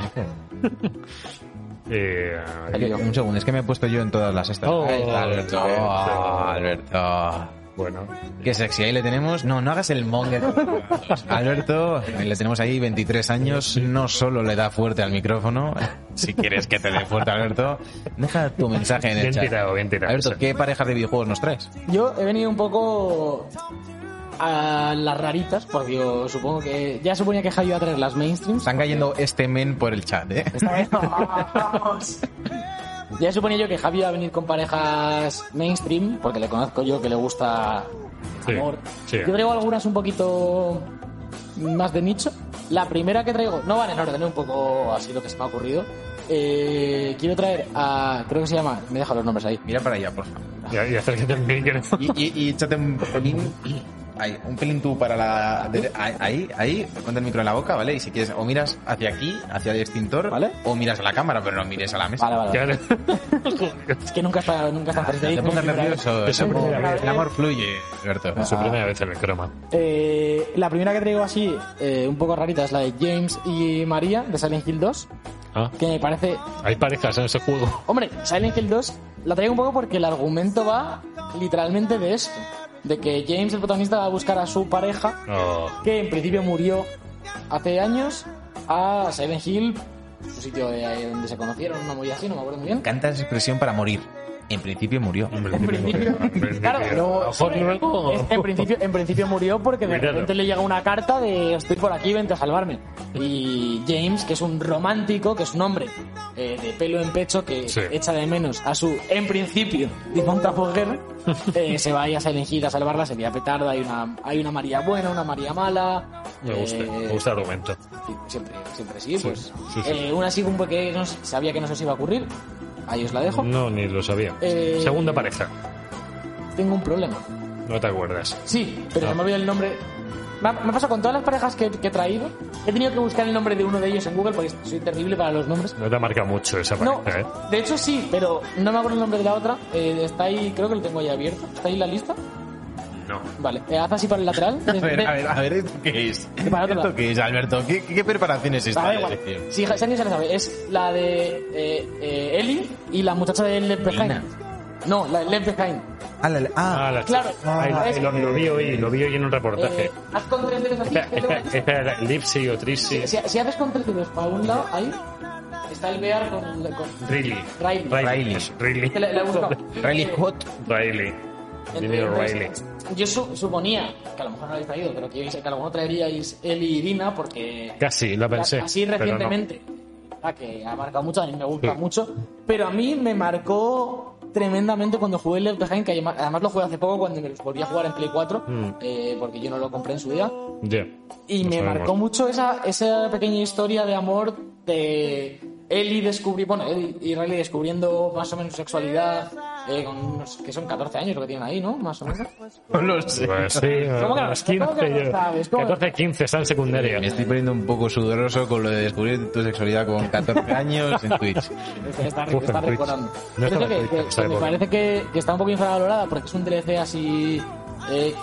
S1: Eh,
S2: Aquí, un segundo, es que me he puesto yo en todas las estas.
S1: Oh,
S2: Ahí está Alberto.
S1: Alberto.
S2: Oh, Alberto.
S1: bueno,
S2: Qué sexy, ahí le tenemos. No, no hagas el monger. Alberto, le tenemos ahí 23 años. No solo le da fuerte al micrófono. Si quieres que te dé fuerte, Alberto, deja tu mensaje en el
S1: bien
S2: chat.
S1: tirado, bien tirado.
S2: Alberto, ¿qué parejas de videojuegos nos traes?
S3: Yo he venido un poco a las raritas, porque yo supongo que, ya suponía que Javier iba a traer las mainstreams.
S2: Están cayendo este men por el chat, ¿eh?
S3: Ya suponía yo que Javi iba a venir con parejas mainstream, porque le conozco yo que le gusta
S1: Sí,
S3: amor.
S1: sí.
S3: Yo traigo algunas un poquito más de nicho. La primera que traigo, no van en orden, ¿eh? un poco así lo que se me ha ocurrido. Eh, quiero traer a, creo que se llama, me deja los nombres ahí.
S2: Mira para allá, por favor.
S1: Y, y acércate al micrófono.
S2: Y, y, y échate un pelín. Ahí, un pelín tú para la. dere- Ahí, ahí, ponte el micro en la boca, ¿vale? Y si quieres, o miras hacia aquí, hacia el extintor,
S3: ¿Vale?
S2: o miras a la cámara, pero no mires a la mesa.
S3: Vale, vale.
S1: Ya Ah,
S3: vale.
S1: le-
S3: Es que nunca está, nunca está Eh,
S2: No te pongas nervioso.
S1: Es
S2: Es
S1: su
S2: como-
S1: primera
S2: el amor fluye, Alberto.
S1: Su primera vez en el croma.
S3: Eh, la primera que traigo así, eh, un poco rarita, es la de James y María de Silent Hill 2,
S1: Ah,
S3: que me parece
S1: hay parejas en ese juego.
S3: Hombre, Silent Hill 2 la traigo un poco porque el argumento va literalmente de esto. De que James, el protagonista, va a buscar a su pareja,
S1: Oh,
S3: que en principio murió hace años, a Silent Hill, su sitio de ahí donde se conocieron, una movida así, no me acuerdo muy bien.
S2: Canta esa expresión para morir. En principio murió.
S1: hombre,
S3: En principio, claro,
S1: a lo
S3: pero-
S1: mejor luego-
S3: Este, en- en principio, en principio murió porque de
S1: Cuidado.
S3: repente le llega una carta de estoy por aquí, vente a salvarme. Y James, que es un romántico, que es un hombre eh, de pelo en pecho que
S1: Sí.
S3: echa de menos a su, en principio, difunta mujer, eh, se va ahí a Silent Hill a salvarla, se veía petarda, hay una, hay una María buena, una María mala.
S1: Me gusta,
S3: eh,
S1: me gusta el argumento.
S3: Sí, Siempre, siempre sí, pues.
S1: sí, sí.
S3: Eh, una así como que no se- sabía que no se os iba a ocurrir. Ahí os la dejo.
S1: No, ni lo sabía.
S3: Eh,
S1: Segunda pareja.
S3: Tengo un problema.
S1: No te acuerdas.
S3: Sí, pero
S1: Ah.
S3: se me olvidó el nombre. Me ha, me ha pasado con todas las parejas que, que he traído. He tenido que buscar el nombre de uno de ellos en Google porque soy terrible para los nombres.
S1: No te ha marcado mucho esa
S3: No,
S1: pareja, ¿eh?
S3: de hecho sí, pero no me acuerdo el nombre de la otra. Eh, está ahí, creo que lo tengo ahí abierto. ¿Está ahí la lista?
S1: No.
S3: Vale, eh, haz así para el lateral.
S2: A ver, a ver, a ver, ¿esto qué es?
S3: Para
S2: ¿Esto
S3: otro lado.
S2: qué es, Alberto? ¿Qué, qué, qué preparación es esta?
S3: Ah, Da igual. Sí, Sandy se la sabe. Es la de eh, eh, Ellie y la muchacha de Left Behind. No, la de Left Behind.
S2: Ah, la- ah,
S1: Ah, la
S3: Claro.
S1: chica. Ay,
S3: Ah,
S1: eh, lo, lo vi hoy, lo vi hoy en un reportaje.
S3: Eh, haz con tres dedos así.
S1: Esta-
S3: que te
S1: esta-
S3: va a-
S1: esta era Lipsy o Trissy.
S3: Si, si haces con tres dedos para un lado, ahí está el Bear con- con
S1: Riley.
S3: Riley.
S1: Riley. es Riley.
S3: Que la- la he buscado.
S2: Riley Scott.
S1: Riley. Dinero
S3: Entonces,
S1: Riley.
S3: Yo su- suponía que a lo mejor no lo habéis traído, pero que, que a lo mejor traeríais Eli y Dina porque
S1: Casi, la pensé.
S3: así
S1: pero no.
S3: recientemente, la que ha marcado mucho, a mí me gusta
S1: Sí.
S3: mucho, pero a mí me marcó tremendamente cuando jugué Left Behind, que además- además lo jugué hace poco cuando me los volví a jugar en Play 4,
S1: Mm.
S3: eh, porque yo no lo compré en su día.
S1: Ya.
S3: Y
S1: Lo
S3: me
S1: sabemos.
S3: marcó mucho esa, esa pequeña historia de amor de Ellie descubrir, bueno, Ellie y Riley descubriendo más o menos su sexualidad, eh, con unos- que son 14 años lo que tienen ahí, ¿no? Más o menos.
S1: No lo sé. Pues sí,
S3: ¿Cómo que no-
S1: unos 15,
S3: cómo que no
S1: yo-
S3: sabes? ¿Cómo-
S1: 14, 15, están secundaria.
S2: Me estoy poniendo un poco sudoroso con lo de descubrir tu sexualidad con 14 años en Twitch.
S3: Está, está,
S1: Puta,
S3: está
S1: Twitch.
S3: recordando.
S1: No
S3: Por eso
S1: estaba en
S3: que-
S1: Twitter,
S3: que-
S1: estaba
S3: que me
S1: en Google.
S3: parece que, que está un poco infravalorada porque es un DLC así. eh,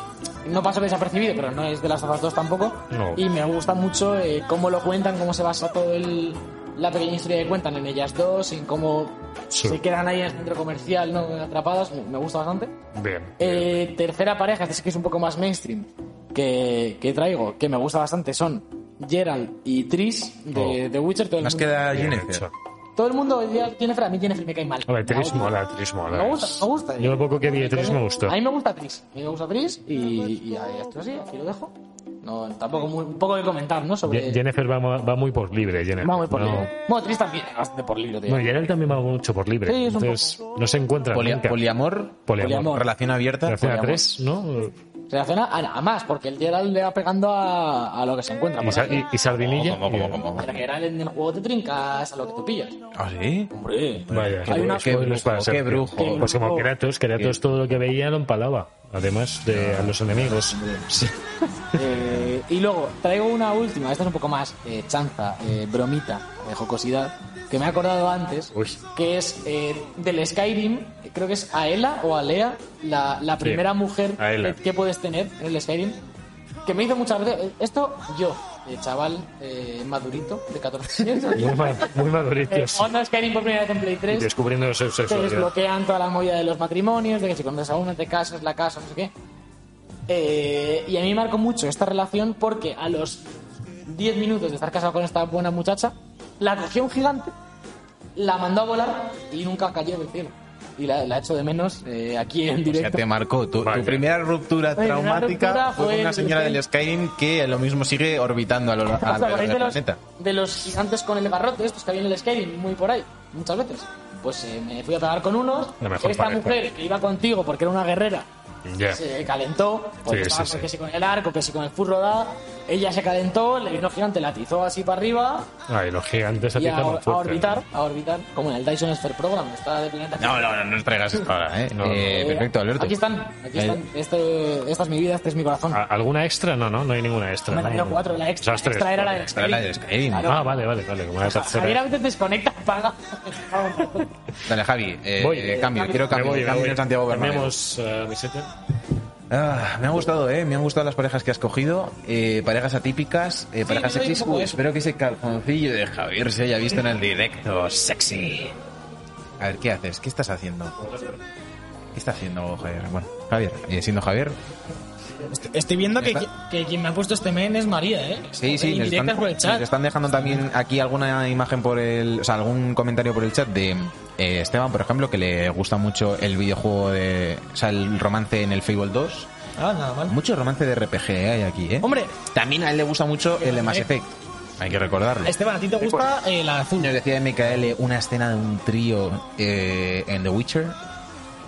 S3: no pasa desapercibido, pero no es de las otras dos tampoco.
S1: No.
S3: Y me gusta mucho eh, cómo lo cuentan, cómo se basa todo el. La pequeña historia que cuentan en ellas dos, en cómo
S1: Sí.
S3: se quedan ahí en el centro comercial, ¿no? Atrapadas, me- me gusta bastante.
S1: Bien.
S3: Eh, tercera pareja, este sí que es un poco más mainstream, que, que traigo, que me gusta bastante, son Gerald y Tris de
S1: Oh.
S3: The Witcher. Todo el,
S2: Nos
S3: mundo,
S2: queda
S1: Bien
S2: Jennifer.
S1: hecho.
S3: todo el mundo ya tiene a mí Jennifer me cae mal.
S1: A ver, Tris
S3: Me
S1: mola, Tris mola.
S3: Me gusta, me gusta.
S1: Yo lo poco que vi de Tris me gustó.
S3: A mí me gusta Tris, a mí me gusta Tris y, y ahí esto sí, aquí lo dejo. No, tampoco muy- un poco de comentar, ¿no? Sobre...
S1: Ye- Jennifer va, mo- va muy por libre, Jennifer.
S3: Vamos por
S1: No.
S3: libre. Bueno, Tris también, bastante por libre, tío.
S1: Bueno, y él también va mucho por libre.
S3: Sí, es un
S1: entonces, no se encuentra
S2: Polia-
S1: nunca.
S2: poliamor,
S3: poliamor.
S2: relación abierta.
S1: Relación a
S3: poliamor.
S1: tres, ¿no?
S3: Relaciona a, a más, porque el Gerald le va pegando a, a lo que se encuentra.
S1: Y,
S3: por
S1: sa-
S3: ahí.
S1: y- y sardinilla.
S2: Oh, ¿Cómo, cómo, cómo, cómo?
S3: En general, en el juego te trincas a lo que tú pillas.
S2: ¿Ah, sí?
S3: Hombre.
S1: Vaya,
S3: Hay una-
S2: qué
S1: spoilers
S2: brujo,
S1: para
S2: qué
S1: Sergio.
S2: brujo.
S3: Qué
S1: Pues como
S3: brujo.
S1: Kratos, Kratos todo lo que veía lo empalaba. Además de a los enemigos. Sí.
S3: Eh, y luego traigo una última, esta es un poco más eh, chanza, eh, bromita, eh, jocosidad, que me he acordado antes,
S1: Uy.
S3: que es eh, del Skyrim, creo que es Aela o Alea, la, la primera mujer eh,
S1: Aela.
S3: que, que puedes tener en el Skyrim, que me hizo muchas veces, esto yo, eh, chaval eh, madurito de 14 años,
S1: Muy, ma- muy
S3: eh,
S1: maduritos.
S3: onda Skyrim por primera vez en Play 3,
S1: Descubriendo su
S3: te
S1: sexualidad.
S3: desbloquean toda la movida de los matrimonios, de que si conoces a una te casas, la casa, no sé qué. Eh, y a mí me marcó mucho esta relación porque a los 10 minutos de estar casado con esta buena muchacha, la cogió un gigante, la mandó a volar y nunca cayó del cielo. Y la, la echo de menos eh, aquí
S1: Pues
S3: en
S2: O sea,
S3: directo.
S2: te marcó. Tu, tu
S1: Vaya.
S2: primera ruptura
S3: primera
S2: traumática
S3: ruptura
S2: fue
S3: fue
S2: con una
S3: el
S2: señora del Skyrim que lo mismo sigue orbitando a lo a
S3: ¿Os
S2: alrededor
S3: acordáis de
S2: del
S3: los,
S2: planeta.
S3: de los gigantes con el garrote, estos que había en el skating, muy por ahí, muchas veces? Pues eh, me fui a pegar con unos.
S1: La
S3: Esta
S1: mejor pareja.
S3: mujer que iba contigo porque era una guerrera
S1: Ya.
S3: se calentó, porque
S1: Sí,
S3: estaba
S1: sí, sí.
S3: que si con el arco, que si con el full rodado, ella se calentó, le vino gigante, la atizó así para arriba
S1: Ay, Ah, los gigantes
S3: y a,
S1: atizan
S3: a
S1: fuerte.
S3: orbitar, a orbitar, como en el Dyson Sphere Program, está de planeta.
S2: No, no, no, no nos traigas esto ahora, ¿eh?
S1: No, no.
S2: Eh,
S3: Eh,
S2: perfecto, Alberto. Eh.
S3: Aquí están, aquí
S2: Ahí.
S3: están. Este- esta es mi vida, este es mi corazón.
S1: ¿A- ¿Alguna extra? No, no, no hay ninguna extra.
S3: Me
S1: ¿no?
S3: traído cuatro, la extra.
S1: O sea, tres.
S3: extra era la de
S2: Extra era la del Skyrim.
S3: Claro.
S1: Ah, vale, vale, vale. Como una tercera.
S3: Javier a veces desconecta, paga.
S2: Dale, Javi. eh,
S1: Voy.
S2: eh, cambio, quiero
S1: Me
S2: cambio.
S1: voy, me
S2: cambio
S1: voy.
S2: en Santiago Bernabéu.
S1: Cambiamos eh, meseta.
S2: Ah, me ha gustado, ¿eh? Me han gustado las parejas que has cogido. eh, parejas atípicas, eh, parejas
S3: me doy un
S2: sexys. Uy,
S3: poco eso.
S2: espero que ese calzoncillo de Javier se haya visto en el directo. Sexy. A ver, ¿qué haces? ¿Qué estás haciendo? ¿Qué está haciendo Javier? Bueno, Javier, eh, siendo Javier,
S3: Estoy viendo
S2: que-
S3: quien me ha puesto este men es María, ¿eh?
S2: Sí, sí, nos están, nos están dejando también aquí alguna imagen por el, o sea, algún comentario por el chat de eh, Esteban, por ejemplo, que le gusta mucho el videojuego de, o sea, el romance en el Fable 2.
S3: Ah, nada mal.
S2: Mucho romance de RPG hay aquí, ¿eh?
S3: Hombre.
S2: también a él le gusta mucho el de Mass Effect. Hay que recordarlo.
S3: Esteban, ¿a ti te
S2: pues.
S3: gusta eh, la azul?
S2: Nos decía MKL una escena de un trío eh, en The Witcher.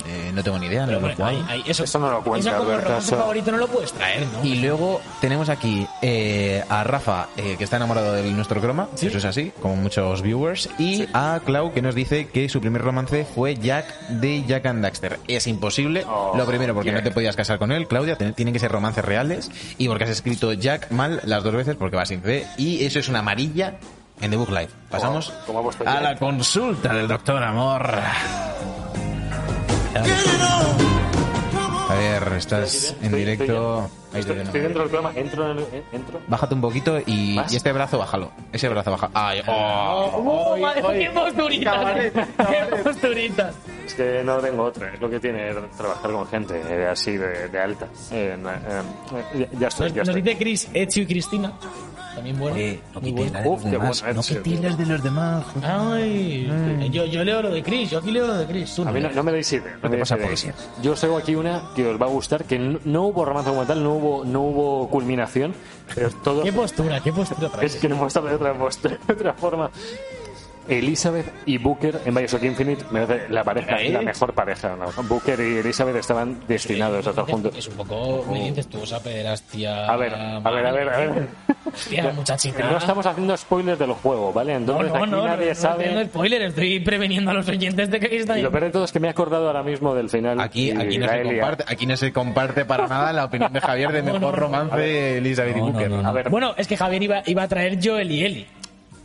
S2: Eh, no tengo ni idea, no lo he
S3: Bueno,
S2: jugado.
S3: ahí- ahí- eso,
S6: Eso no lo cuenta,
S3: Eso como
S6: Alberto,
S3: romance
S6: eso-
S3: favorito no lo puedes traer, ¿no?
S2: Y luego tenemos aquí eh, a Rafa, eh, que está enamorado de nuestro croma, eso es así, como muchos viewers, y a Clau, que nos dice que su primer romance fue Jack de Jack and Daxter. Es imposible,
S6: Oh,
S2: lo primero, porque no te podías casar con él, Claudia, ten- tienen que ser romances reales, y porque has escrito Jack mal las dos veces, porque va sin C, y eso es una amarilla en The Book Live. Pasamos
S6: cómo ha puesto
S2: a
S6: Jack?
S2: la consulta del doctor Amor. A ver, estás en
S6: Estoy-
S2: directo.
S6: Estoy, estoy- estoy dentro del programa, entro en el- en- entro.
S2: Bájate un poquito y,
S6: ¿Más?
S2: y este brazo bájalo. Ese brazo bájalo. Ay, oh.
S3: ¡Oh, madre, qué posturitas! ¡Qué posturitas!
S6: Es que no tengo otra, es lo que tiene trabajar con gente eh, así de, de alta. Eh, na- eh, eh, ya, ya estoy,
S3: Nos,
S6: ya
S3: nos
S6: estoy.
S3: dice Chris, Ezio y Cristina. También bueno.
S2: Eh, no
S3: muy
S2: quites
S3: bueno.
S2: la de los
S6: Uf, qué
S2: demás,
S6: bueno,
S2: no
S6: Ezio.
S2: quites las de los demás.
S3: Ay,
S6: Mm.
S3: yo, yo leo lo de Chris, yo aquí leo lo de Chris. Tú,
S6: A mí no, no me dais idea. No me
S2: pasa
S6: dais idea.
S2: poesía.
S6: Yo os traigo aquí una que os va a gustar, que no, no hubo romance como tal, no hubo, no hubo culminación, pero todo...
S3: Qué postura, qué postura
S6: Es
S3: traes.
S6: que no hemos hablado de otra, post- de otra forma.
S1: Elizabeth y Booker en Bioshock Infinite me parece la pareja,
S2: ¿Eh?
S1: la mejor pareja. ¿no? Booker y Elizabeth estaban destinados a estar juntos.
S3: Es un poco muy incestuosa, pederastia.
S1: Oh. A ver, a ver, a ver, a ver.
S3: Hostia, muchachita.
S1: No estamos haciendo spoilers del juego, ¿vale?
S3: No,
S1: Entonces
S3: no,
S1: aquí
S3: no, no,
S1: nadie
S3: no
S1: sabe.
S3: tengo spoiler, estoy preveniendo a los oyentes de que está
S1: Y lo peor de todo es que me he acordado ahora mismo del final.
S2: Aquí,
S1: y
S2: aquí, no
S1: la
S2: se
S1: he liado.
S2: comparte, aquí no se comparte para nada la opinión de Javier de
S3: No,
S2: mejor
S3: no, no.
S2: romance de Elizabeth y Booker.
S1: A ver,
S3: Bueno, es que Javier iba, iba a traer Joel y Eli.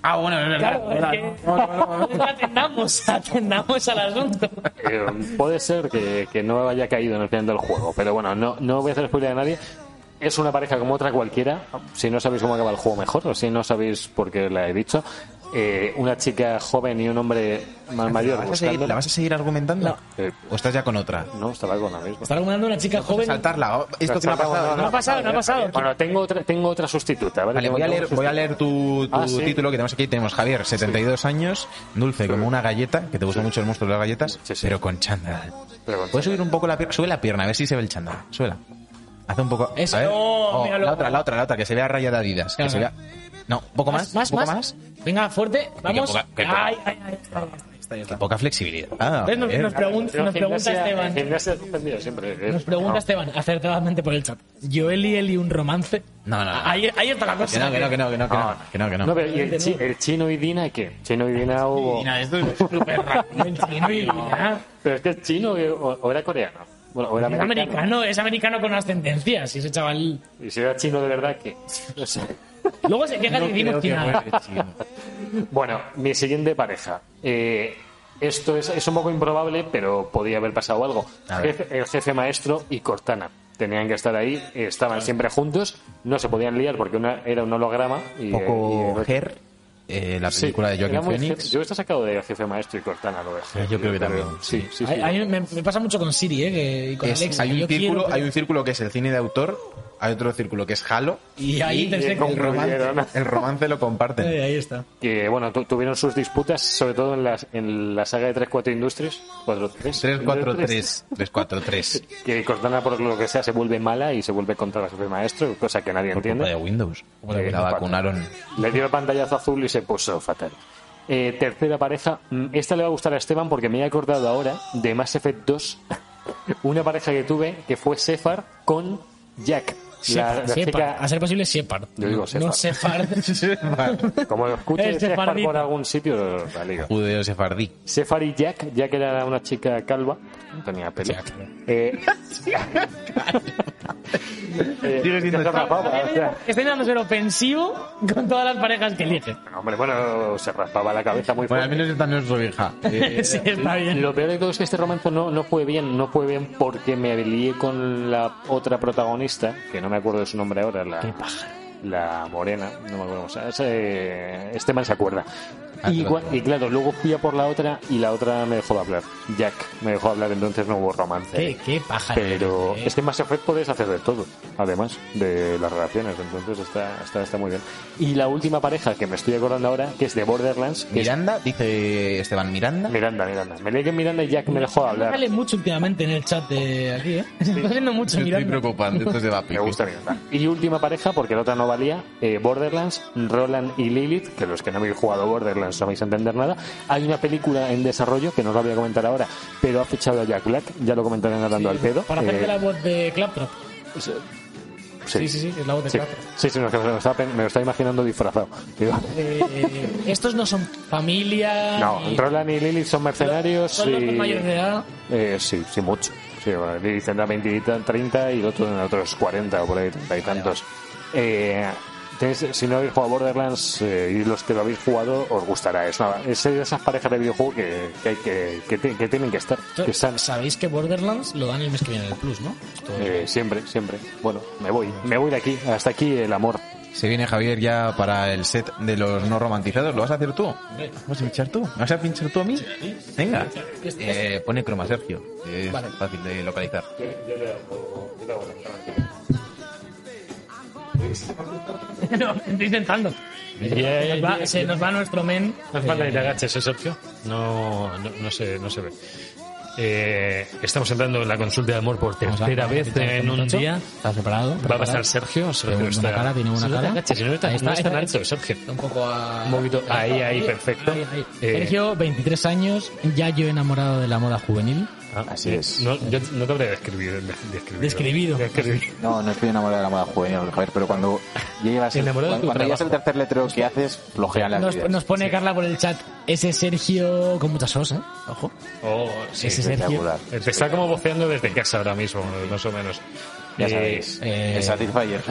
S2: Ah, bueno, es verdad.
S3: Claro, es que... atendamos, atendamos al asunto.
S1: Eh, puede ser que, que no haya caído en el final del juego, pero bueno, no, no voy a hacer spoiler a nadie. Es una pareja como otra cualquiera. Si no sabéis cómo acaba el juego, mejor. O si no sabéis por qué la he dicho. Eh, una chica joven y un hombre más
S2: ¿La
S1: mayor
S2: vas, a seguir,
S1: buscando.
S2: la vas a seguir argumentando?
S1: Eh,
S2: ¿O estás ya con otra?
S1: no, estaba con la misma.
S3: Está recomendando una chica joven.
S2: Saltarla. oh, Esto que me ha pasado.
S3: No ha pasado, no ha pasado.
S1: Bueno, tengo otra, tengo otra sustituta, ¿vale?
S2: Vale, voy a
S1: Tengo
S2: leer,
S1: otra
S2: voy a leer tu, tu
S1: Ah, sí.
S2: título que tenemos aquí. Tenemos Javier, 72 años, dulce como una galleta, que te gusta mucho el monstruo de las galletas,
S1: Sí, sí.
S2: pero con chándal.
S1: Pero con
S2: Puedes subir un poco la pierna, sube la pierna, a ver si se ve el chándal. Súbela. Haz un poco.
S3: Eso,
S2: a ver.
S3: no, míralo.
S2: la otra, la otra, la otra, que se vea rayada Adidas. Que
S3: Claro.
S2: se vea... No, un poco más,
S3: más,
S2: un poco
S3: más.
S2: más.
S3: Venga, fuerte, vamos.
S2: poca- que poca-
S3: ay, ay, ay, está bien, está bien, está Pues bien, está bien.
S2: Poca flexibilidad. Ah,
S3: ¿Ves? Nos,
S2: Javier.
S3: nos pregun-
S1: Pero
S3: nos pregunta
S1: gimnasia-
S3: Esteban.
S1: gimnasia suspendido siempre. eh.
S3: Nos pregunta
S1: No.
S3: Esteban, acertadamente por el chat. Joel y Eli, un romance.
S2: No, no, no.
S3: Ahí, ahí está la
S2: Que
S3: cosa.
S2: no, que no, que no, que no, que no, que no, que no.
S1: No, pero ¿y el, chi- el chino y Dina qué? Chino y Dina hubo.
S2: Y nada, esto es súper raro.
S3: El chino y Lina.
S1: Pero es que es chino eh, o, o era coreano. Bueno, o era
S3: Es
S1: americano.
S3: americano, es americano con ascendencia, si ese chaval.
S1: Y si era chino de verdad, ¿qué? No sé.
S3: Luego se queja y decimos
S2: Creo que
S3: quién era.
S2: muere, chico.
S1: Bueno, mi siguiente pareja. Eh, esto es, es un poco improbable, pero podía haber pasado algo.
S2: A ver.
S1: Jefe- el jefe maestro y Cortana tenían que estar ahí, eh, estaban
S2: Ah.
S1: siempre juntos, no se podían liar porque una era un holograma. Y, eh,
S2: Un
S1: y el
S2: poco
S1: otro-
S2: Her, eh, la
S1: Sí,
S2: película de
S1: era
S2: Joaquin
S1: muy
S2: Phoenix.
S1: jefe- Yo esto he sacado de jefe maestro y Cortana, lo de jefe,
S2: Yo creo que también,
S1: Sí, sí, sí.
S3: A- a mí me, me pasa mucho con Siri, ¿eh? que- y con
S2: Es-
S3: Alexa.
S2: hay,
S3: que yo
S2: un círculo,
S3: quiero, pero-
S2: hay un círculo que es el cine de autor, hay otro círculo que es Halo.
S3: Y ahí te
S1: eh,
S3: sé-
S1: con-
S2: El romance, el romance lo
S3: Eh,
S2: comparten.
S3: Ahí está.
S1: que bueno, tu- tuvieron sus disputas, sobre todo en, las, en la saga de 3-4 Industries. 4-3.
S2: 343. 343.
S1: Que Cortana, por lo que sea, se vuelve mala y se vuelve contra la jefe maestro, cosa que nadie entiende.
S2: Pues, Vaya Windows.
S1: Como la
S2: La
S1: Windows
S2: vacunaron.
S1: Le dio el pantallazo azul y se puso fatal. Eh, tercera pareja. Mm, Esta le va a gustar a Esteban porque me he acordado ahora de Mass Effect 2. Una pareja que tuve que fue Sefar con Jack. La,
S3: Shepard,
S1: la
S3: Shepard,
S1: chica.
S3: a ser posible Shepard.
S1: Yo digo
S3: No
S1: Shepard.
S3: Shepard.
S1: Como lo
S3: El
S1: escuches Sefar
S3: sefardita.
S1: por algún sitio, la liga.
S2: Judeo sefardí.
S1: Sefar y Jack, Jack era una chica calva, no tenía pelo.
S3: Jack.
S1: Eh, eh,
S2: Sigue siendo
S1: se rapaba, o sea,
S3: Estoy dando ser ofensivo con todas las parejas que elige.
S1: hombre, bueno, se raspaba la cabeza muy
S2: Bueno, al
S1: fuerte.
S2: menos esta no es su hija. Eh,
S3: sí, está bien.
S1: Lo peor de todo es que este romance no, no fue bien, no fue bien porque me lié con la otra protagonista, que no me acuerdo de su nombre ahora, la, la morena, no me acuerdo cómo se llama, ese- este man se acuerda.
S2: Ah,
S1: Y,
S2: claro.
S1: cua- y claro, luego fui a por la otra y la otra me dejó de hablar. Jack me dejó de hablar, entonces no hubo romance.
S3: Qué, qué paja.
S1: Pero
S3: Eh,
S1: es que en Mass Effect puedes hacer de todo, además de las relaciones, entonces está, está, está muy bien. Y la última pareja que me estoy acordando ahora, que es de Borderlands, que es
S2: Miranda, dice Esteban Miranda.
S1: Miranda, Miranda. Me leí que Miranda y Jack me dejó de hablar.
S3: Sale mucho últimamente en el chat de aquí, ¿eh? Está saliendo mucho,
S2: Me estoy
S3: mirando.
S2: preocupando, esto se va a pique.
S1: Me gusta Miranda. Y última pareja, porque la otra no valía, eh, Borderlands, Roland y Lilith, que los que no habéis jugado Borderlands no vais a entender nada. Hay una película en desarrollo, que no os la voy a comentar ahora, pero ha fichado a Jack Black, ya lo comentaré en Hablando al Pedo.
S3: Para
S1: Eh,
S3: hacerte la voz de Claptrap.
S1: sí.
S3: Sí, sí, sí, es la voz de
S1: Sí,
S3: Claptrap.
S1: sí, sí, no, es que me lo estaba, pen- me lo estaba imaginando disfrazado. Digo,
S3: Eh, estos no son familia.
S1: no,
S3: ni-
S1: Roland y Lilith son mercenarios
S3: Son los
S1: y-
S3: con mayor de edad.
S1: Eh, sí, sí, mucho. Sí, bueno, Lilith tendrá 20 y tan- 30 y el otro tendrá otros 40 o por ahí, 30 y tantos. Eh, tenéis- si no habéis jugado a Borderlands eh, y los que lo habéis jugado, os gustará. Es, una- es de esas parejas de videojuego que, que, hay que, que ti- que tienen que estar, que están.
S3: Sabéis que Borderlands lo dan el mes que viene en el Plus, ¿no? Esto-
S1: Eh, siempre, siempre. Bueno, me voy, me voy de aquí. Hasta aquí el amor.
S2: Se viene Javier ya para el set de los no romantizados. ¿Lo vas a hacer tú? ¿Vas a pinchar tú? ¿Me vas a pinchar tú a mí? Venga. Eh, pone croma, Sergio. Es
S3: Vale.
S2: fácil de localizar.
S3: no, estoy intentando. Se nos va, se nos va nuestro men.
S7: No es falta que te agaches, ¿eh, Sergio? No, no, no se, no se ve.
S1: Eh, estamos entrando en la consulta de amor por
S3: Eh, Vamos a-
S1: tercera
S3: vamos a
S1: vez
S3: pinchar este
S1: en un
S3: muchacho.
S1: día.
S3: ¿Estás preparado?
S1: Va a
S3: ¿Preparado?
S1: pasar Sergio. Sergio
S3: Tiene buena
S1: está-
S3: cara, tiene buena
S1: si no te
S3: cara.
S1: agaches, si no te-
S3: Ahí está,
S1: no está
S3: ahí está,
S1: alto,
S3: ahí.
S1: Sergio.
S3: Está un poco a...
S1: Un poquito- ahí, ahí, perfecto. Eh,
S3: Sergio, 23 años, ya yo enamorado de la moda juvenil.
S1: Ah,
S6: Así es.
S1: No, yo no te habría describido. de- Describido.
S3: Describido.
S1: Describido.
S8: No, no estoy enamorado de la moda juvenil, Javier, pero cuando llegas,
S1: Enamorado de
S8: cuando,
S1: tu
S8: cuando llegas al
S1: trabajo.
S8: tercer letrero que haces, flojea la
S3: Nos,
S8: vida.
S3: nos pone Carla por el chat, ese Sergio con muchas os, ¿eh? Ojo.
S1: Oh, sí.
S3: ese Sergio.
S8: espectacular.
S1: Eh, Te está como voceando desde casa ahora mismo, más o menos.
S8: Ya
S1: Eh,
S8: sabéis.
S3: eh,
S8: el Satisfyer.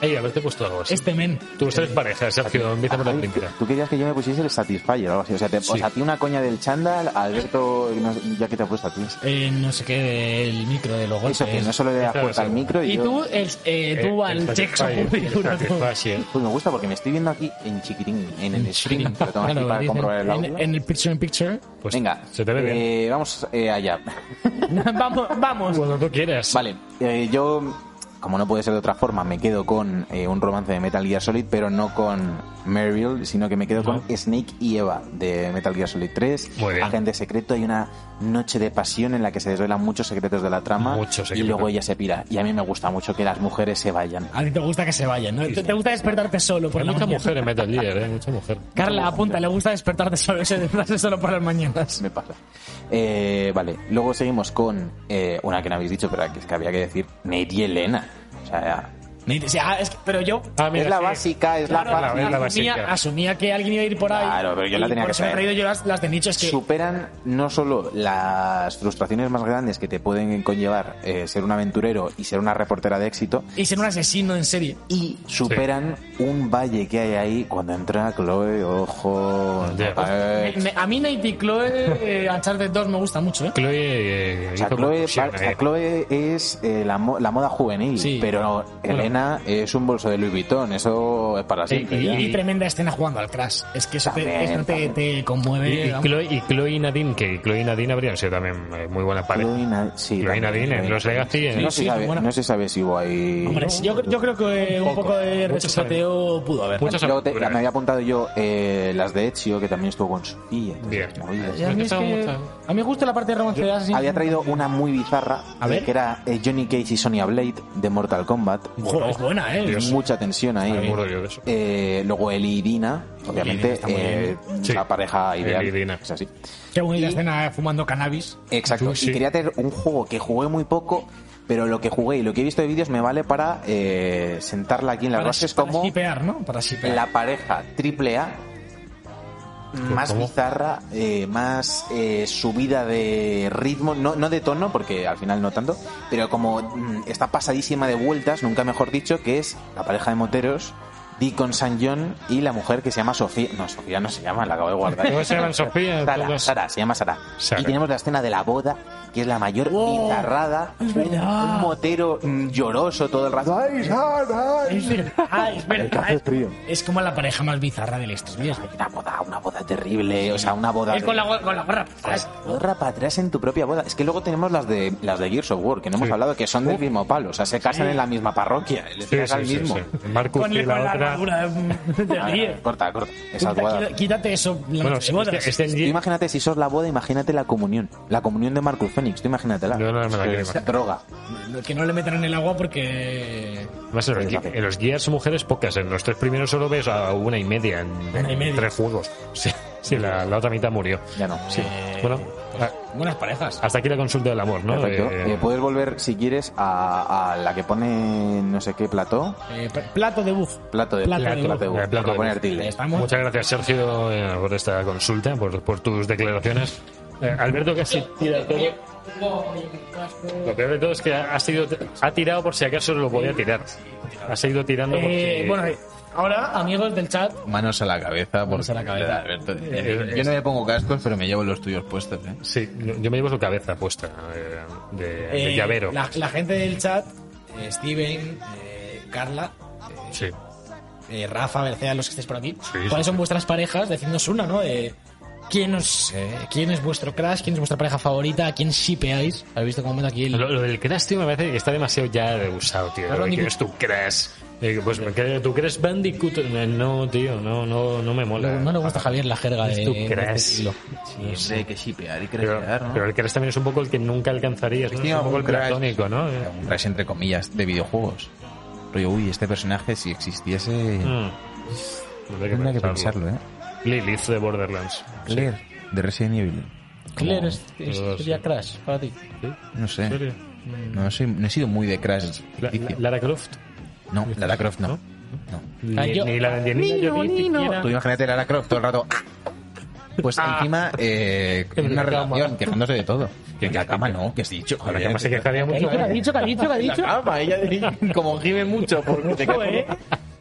S1: Ey, haberte puesto algo así.
S3: Este men.
S1: Tus tres parejas, Sergio, empieza por la primera.
S8: Tú querías que yo me pusiese el Satisfyer o algo así. O sea, te, o sea, a ti una coña del chándal, a Alberto, no- ya que te ha puesto a ti.
S3: eh, no sé qué, del micro de los golpes.
S8: Eso que no solo le das
S1: Esta
S8: fuerza al
S1: versión.
S8: micro y,
S3: Y
S8: yo-
S3: tú, el, eh, tú
S1: Eh, el
S3: al sexo
S1: Satisfyer,
S3: puro y
S1: el
S3: duro, tú.
S1: Satisfyer. eh.
S8: Pues me gusta porque me estoy viendo aquí en chiquitín, en el stream. Lo tengo aquí
S3: Claro,
S8: para
S3: dicen,
S8: comprobar el audio.
S3: en, en el picture in picture.
S1: Pues
S8: Venga,
S1: Se te ve bien.
S8: eh, vamos eh, allá.
S3: vamos, vamos.
S1: Cuando tú quieras.
S8: vale, eh, yo, como no puede ser de otra forma, me quedo con eh, un romance de Metal Gear Solid, pero no con Meryl, sino que me quedo con Snake y Eva de Metal Gear Solid 3.
S1: Muy bien.
S8: Agente secreto, hay una noche de pasión en la que se desvelan muchos secretos de la trama
S1: Muchos
S8: y
S1: secretos.
S8: luego ella se pira. Y a mí me gusta mucho que las mujeres se vayan.
S3: A ti te gusta que se vayan, ¿no? Te, te gusta despertarte solo por
S1: Hay
S3: la
S1: mucha
S3: mañana.
S1: mujer en Metal Gear, ¿eh? Mucha mujer.
S3: Carla, apunta, le gusta despertarte solo, se despertarse solo por las mañanas.
S8: me pasa. Eh, vale, luego seguimos con eh, una que no habéis dicho, pero que es que había que decir Nate y Elena. O sea,
S3: Me dice, ah, es que- pero yo
S1: Ah, mira,
S8: es la
S1: sí.
S8: básica, es
S1: Claro,
S8: la
S1: la-
S8: fácil.
S1: es la
S3: asumía,
S1: básica.
S3: asumía que alguien iba a ir por ahí.
S8: Claro, pero yo la
S3: y
S8: tenía
S3: por
S8: que
S3: eso me he
S8: traer.
S3: traído yo las, las de nicho, es que...
S8: Superan no solo las frustraciones más grandes que te pueden conllevar eh, ser un aventurero y ser una reportera de éxito,
S3: Y ser un asesino en serie.
S8: y superan un valle que hay ahí cuando entra Chloe, ojo.
S1: Ya.
S8: eh,
S3: pues, Me- me- a mí Nate y Chloe eh, Uncharted 2 me gusta mucho, ¿eh?
S1: Chloe. eh,
S8: O sea,
S1: hizo
S8: Chloe,
S1: confusión,
S8: par- o sea,
S1: eh.
S8: Chloe es eh, la, mo- la moda juvenil,
S3: Sí.
S8: pero Elena es un bolso de Louis Vuitton, eso es para siempre.
S3: Y,
S8: ya.
S3: y tremenda escena jugando al Crash. Es que eso te,
S8: También,
S3: eso te-
S8: también.
S3: te
S1: Y,
S3: conmueve.
S1: y
S3: vamos.
S1: Chloe, y Chloe y Nadine, que Chloe y Nadine habrían sido también eh, muy buena pareja.
S8: Chloe y Na- sí,
S1: Chloe y
S8: también,
S1: Nadine en
S8: Chloe y
S1: Los
S8: Nadine.
S1: Legacy. en-
S8: No,
S3: ¿eh? Sí,
S8: se sabe,
S3: bueno.
S8: no se sabe si hubo ahí.
S3: Hombre, sí, yo, yo creo que eh, un poco de
S1: Mucho
S3: rechazateo pudo haber.
S1: Muchas
S8: Luego te-
S1: aventuras.
S8: me había apuntado yo eh, las de Ezio, que también estuvo con Sofía.
S1: Bien.
S8: movidas.
S3: Y a, mí es
S1: Me
S3: que,
S1: gustaba
S3: a mí me gusta la parte de romance de Assassin's
S8: Había traído una muy bizarra,
S3: A ver.
S8: que era eh, Johnny Cage y Sonya Blade de Mortal Kombat.
S3: Joder, es buena, ¿eh?
S1: Dios.
S8: Mucha tensión ahí.
S1: Me muero yo de eso.
S8: Eh, luego Eli y Dina, obviamente,
S3: está muy
S8: eh,
S1: Sí.
S8: la pareja ideal.
S1: Eli y Dina.
S8: Es así.
S3: Qué bonita escena eh, fumando cannabis.
S8: Exacto.
S1: Tú, sí.
S8: Y quería tener un juego que jugué muy poco, pero lo que jugué y lo que he visto de vídeos me vale para eh, sentarla aquí en las
S3: Para,
S8: bases
S3: para
S8: como
S3: shipear, ¿no? Para shipear.
S8: la pareja triple A más
S1: ¿Cómo?
S8: bizarra, eh, más eh, subida de ritmo, no, no de tono, porque al final no tanto, pero como mm, está pasadísima de vueltas, nunca mejor dicho, que es la pareja de moteros. Deacon San John y la mujer que se llama Sofía. No, Sofía no se llama, la acabo de guardar.
S1: ¿Cómo se llaman Sofía?
S8: Sara,
S1: Todos-
S8: Sara, se llama Sara.
S1: Sara.
S8: Y tenemos la escena de la boda, que es la mayor
S3: Wow,
S8: bizarrada.
S3: es
S8: un,
S3: verdad.
S8: un motero mm, lloroso todo el rato. ¡Ay, Sara! ay!
S3: Es verdad, es
S8: que
S3: verdad.
S8: hace frío.
S3: Es como la pareja más bizarra de estos días.
S8: Una boda, una boda terrible, o sea, una boda.
S3: Es con la, go- con la gorra. pues,
S8: Gorra para atrás en tu propia boda. Es que luego tenemos las de las de Gears of War, que no hemos
S1: Sí.
S8: hablado, que son del mismo palo. O sea, se casan en la misma parroquia. El
S1: Sí,
S8: es
S1: sí,
S8: al
S1: sí,
S8: mismo.
S1: sí. Marcus
S3: Con,
S1: y
S3: el- con la
S1: Pues la otra.
S3: armadura de de
S8: Ah,
S3: Gear.
S8: corta, corta. Esas bodas.
S3: Quita- Quítate eso. La
S1: Bueno,
S3: noche de
S1: sí,
S3: bodas.
S1: este, este
S8: Tú
S1: Engine-
S8: imagínate si sos la boda, imagínate la comunión. La comunión de Marcus Phoenix, tú imagínatela.
S1: No, no, no me la quiero
S8: Es
S1: imaginar.
S8: droga.
S3: Que no le metan en el agua porque.
S1: Además, en, los, gui- en los Gears mujeres pocas. En los tres primeros solo ves a una y media en,
S3: Una y
S1: en
S3: media.
S1: tres juegos. Sí, sí, la, la otra mitad murió.
S8: Ya no.
S1: Sí. Bueno, a-
S3: eh, pues, Buenas parejas.
S1: hasta aquí la consulta del amor, ¿no?
S8: Perfecto.
S1: Eh,
S8: Eh, puedes volver, si quieres, a, a la que pone no sé qué plató.
S3: Eh, pl- plato de buff.
S8: Plato de
S3: Plato de
S8: plato de
S1: buf.
S8: buf,
S1: Plato de
S8: por
S1: buf.
S8: poner tilde.
S3: Ahí estamos.
S1: Muchas gracias, Sergio, eh, por esta consulta, por, por tus declaraciones. Eh, Alberto casi tira todo. Lo peor de todo es que ha, ha sido, ha tirado por si acaso lo podía tirar. Ha seguido tirando por
S3: Eh,
S1: si-
S3: bueno, eh, ahora, amigos del chat,
S2: Manos a la cabeza.
S3: Manos
S2: porque-
S3: a la cabeza. Eh,
S2: Alberto, "Eh, yo no me pongo cascos, pero me llevo los tuyos puestos. ¿eh?
S1: Sí, yo yo me llevo su cabeza puesta eh, de, de
S3: eh,
S1: llavero.
S3: La, la gente del chat, eh, Steven, eh, Carla,
S1: Sí.
S3: eh, Rafa, Bercea, los que estéis por aquí,
S1: sí,
S3: ¿cuáles son
S1: sí.
S3: vuestras parejas? Decidnos una, ¿no? Eh, ¿quién, os, eh, ¿Quién es vuestro crush? ¿Quién es vuestra pareja favorita? ¿A quién shipeáis? ¿Habéis visto cómo meto aquí el...
S1: Lo, lo del crash, tío, me parece que está demasiado ya de usado, tío.
S3: Claro,
S1: Lo que
S3: ni-
S1: quieres tu crash. Eh, pues ¿qué- tú crees Bandicoot. Eh, No, tío, no, no, no me mola.
S3: No le gusta a Javier la jerga de.
S1: ¿Tú
S3: de
S1: crees?
S3: este siglo.
S2: No sé, que shipear y
S1: Pero,
S2: crashear, ¿no?
S1: pero el Crash también es un poco el que nunca alcanzarías. ¿no?
S2: Sí,
S1: Es un poco
S2: algún
S1: el
S2: Crash.
S1: platónico, ¿no? Eh,
S2: Un crash entre comillas de videojuegos. Rollo, uy, este personaje si existiese...
S1: mm. Tendré
S2: Tendría que pensarlo, ¿eh?
S1: Lilith de Borderlands.
S2: Claire, de Resident Evil.
S3: Claire, es- es-
S1: Todo
S3: sería
S1: así.
S3: Crash para ti.
S2: No
S1: ¿En
S2: sé.
S1: serio?
S2: No, soy- no he sido muy de Crash.
S1: La- la-
S2: ficticio.
S1: Lara Croft.
S2: no, Lara Croft no. no.
S1: Ni,
S3: Ah, yo-
S1: ni la de Angelina Jolie ni siquiera.
S2: Tú imagínate a Lara Croft todo el rato. Pues encima, eh, en una
S1: la cama.
S2: relación, quejándose de todo. Que en la cama no, que has dicho.
S1: Con la que más se quejaría
S3: ¿Qué
S1: mucho.
S3: ha dicho? ¿Qué ha dicho? ¿Qué ha
S2: La
S3: dicho?
S2: cama, ella de- como gime mucho porque te cae.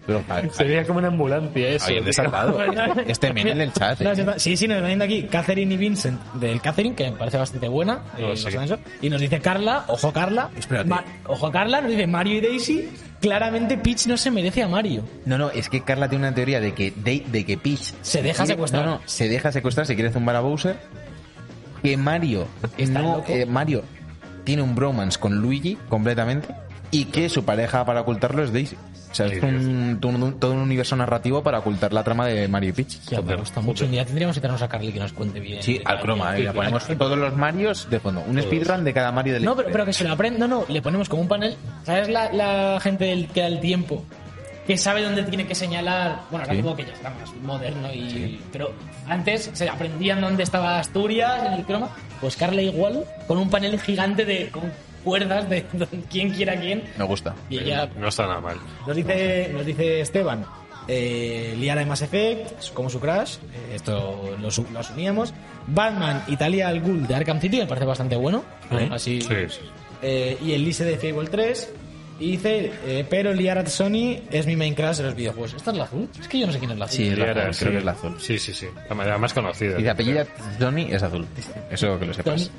S2: Pero, ah, a- a-
S1: Sería como una ambulancia eso.
S2: Javier
S1: tío.
S2: desatado. Este men en el chat. eh.
S3: No, sí, está- Pues, sí, sí, nos vienen aquí Catherine y Vincent del Catherine, que me parece bastante buena. eh,
S1: Oh,
S3: nos
S1: sí.
S3: han hecho. Y nos dice Carla, ojo Carla,
S2: Espérate.
S3: ojo Carla, nos dice Mario y Daisy, claramente Peach no se merece a Mario.
S2: No, no, es que Carla tiene una teoría de que, de, de que Peach
S3: Se deja secuestrar.
S2: No, no, se deja secuestrar, se quiere zumbar a Bowser. Que Mario no,
S3: loco.
S2: eh, Mario tiene un bromance con Luigi completamente. Y que su pareja para ocultarlo es Daisy. O sea, es un- todo un- todo un universo narrativo para ocultar la trama de Mario y Peach.
S3: Ya, me gusta mucho. Un día tendríamos que tenernos a Carly que nos cuente bien.
S2: Sí, al croma, eh, le ponemos todos los Marios de fondo. Un speedrun de cada Mario del
S3: No, pero, pero que se lo aprenda. No, no, le ponemos como un panel. ¿Sabes la, la gente del, que da el tiempo? Que sabe dónde tiene que señalar. Bueno, ahora
S2: Sí.
S3: como que ya está más moderno y. Pero antes se aprendían dónde estaba Asturias en el croma. Pues Carla igual, con un panel gigante de. con cuerdas de quién quiera quién.
S2: Me gusta.
S3: Y ella
S1: No está nada mal.
S9: Nos dice, nos dice Esteban, eh, Liara de Mass Effect, como su Crash, eh, esto lo, su- lo asumíamos. Batman, Italia al Ghul
S3: de Arkham City me parece bastante bueno. Así.
S1: Sí, sí.
S9: eh, y el Lise de Fable 3. Y dice, eh, pero Liara Sony es mi main crash de los videojuegos.
S3: Pues esta es la azul. Es que yo no sé quién es la azul.
S2: Sí, es la
S1: Liara,
S2: azul,
S1: sí.
S2: creo que es la azul.
S1: Sí, sí, sí. La ma- la más conocida.
S2: Y de apellida Johnny es azul. Eso que lo sepas.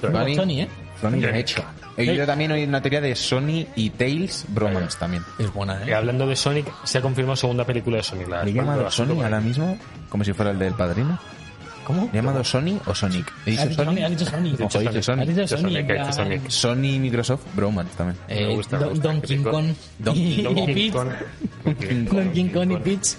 S2: Johnny,
S3: Sony, ¿eh?
S2: Sony de hecho. Y yo también oí una teoría de Sony y Tails bromance también.
S3: Es buena, ¿eh?
S1: Y hablando de Sonic, se ha confirmado segunda película de Sonic. La
S2: ¿Le he llamado Ah, Sony ahora mismo? Como si fuera el del padrino.
S3: ¿Cómo?
S2: ¿Le he llamado Sony o Sonic? ¿He
S3: Has dicho
S2: dicho
S3: Sony, has
S2: Sony?
S3: dicho
S2: Ojo, he
S3: Sony.
S2: dicho Sony.
S3: Has dicho
S1: Yo
S3: Sony.
S1: Sonic,
S3: en
S1: he dicho
S3: plan-
S1: Sonic.
S2: Sony y Microsoft bromance también.
S3: Eh,
S1: Me gusta, me
S3: Don-
S1: gusta.
S3: Donkey Kong y Peach.
S1: Donkey
S3: Donkey Kong y Peach.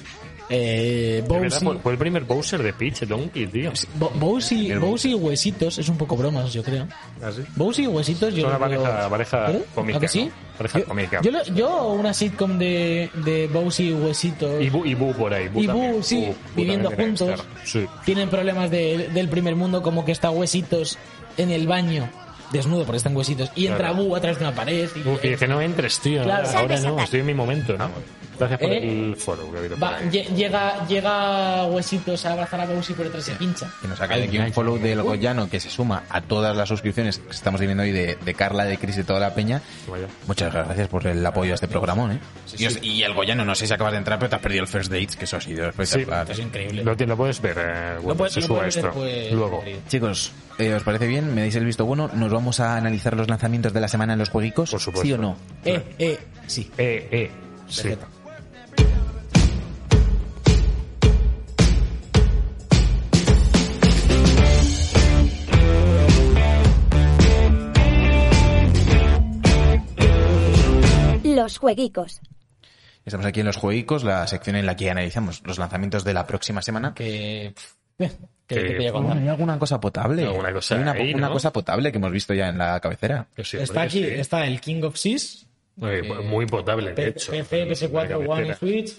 S1: De
S3: Eh,
S1: verdad,
S3: Bowsy.
S1: fue- Fue el primer Bowser de Peach, Donkey, tío.
S3: Bo- Bowsy, Bowsy y Huesitos es un poco bromas, yo creo.
S1: Así.
S3: Bowsy y Huesitos yo
S1: Son una
S3: lo veo-
S1: pareja- pareja
S3: ¿Eh?
S1: cómica,
S3: ¿A que sí?
S1: ¿no? Pareja
S3: yo,
S1: cómica.
S3: Yo, lo- yo una sitcom de, de Bowsy y Huesitos.
S1: Y Bu, y Bu por ahí. Bu
S3: Y Bu,
S1: también.
S3: sí,
S1: Bu
S3: viviendo
S1: también tiene que
S3: juntos.
S1: estar. Sí.
S3: Tienen problemas de- del primer mundo, como que está Huesitos en el baño, desnudo porque está en Huesitos, y entra
S1: Claro.
S3: Bu a través de una pared. y- eh,
S1: Uf, y dice, no entres, tío.
S3: Claro.
S1: Ahora no, estoy en mi momento, ¿no? Gracias por
S3: Eh,
S1: el foro que ha habido por
S3: va-
S1: ahí.
S3: lle- llega, llega Huesitos a abrazar a Bowsy por detrás y se pincha.
S2: Que nos acaba de aquí un follow
S3: Uh.
S2: del Goyano que se suma a todas las suscripciones que estamos viviendo hoy de, de Carla, de Cris y toda la peña.
S1: Vaya.
S2: Muchas gracias por el apoyo a este programón, ¿eh? Dios, Y el Goyano, no sé si acabas de entrar, pero te has perdido el First Dates, que eso ha sido espectacular.
S3: Es increíble.
S1: Lo, lo puedes ver, eh, cuando
S3: puedes-
S1: se
S3: lo
S1: suba
S3: puedes ver,
S1: esto.
S3: pues,
S1: Luego.
S3: Madrid.
S2: Chicos, eh, ¿os parece bien? ¿Me dais el visto bueno? ¿Nos vamos a analizar los lanzamientos de la semana en los jueguicos?
S1: Por supuesto.
S2: ¿Sí o no?
S3: Eh, eh, sí.
S1: Eh, eh. Sí.
S4: Los jueguicos.
S2: Estamos aquí en los jueguicos, la sección en la que analizamos los lanzamientos de la próxima semana.
S3: que pff, eh, que,
S1: Que-
S3: que te voy a
S2: Bueno,
S3: contar.
S2: hay alguna cosa potable.
S1: Alguna cosa
S2: Hay una,
S1: ahí,
S2: una
S1: ¿no?
S2: cosa potable que hemos visto ya en la cabecera.
S1: Que sí,
S9: Está
S1: hombre,
S9: aquí,
S1: que sí.
S9: está el King of Seas,
S1: Muy,
S3: eh,
S1: muy potable, de
S9: P-
S1: hecho.
S9: PC, PS4,
S1: Una
S9: One y
S1: cabecera.
S9: Switch.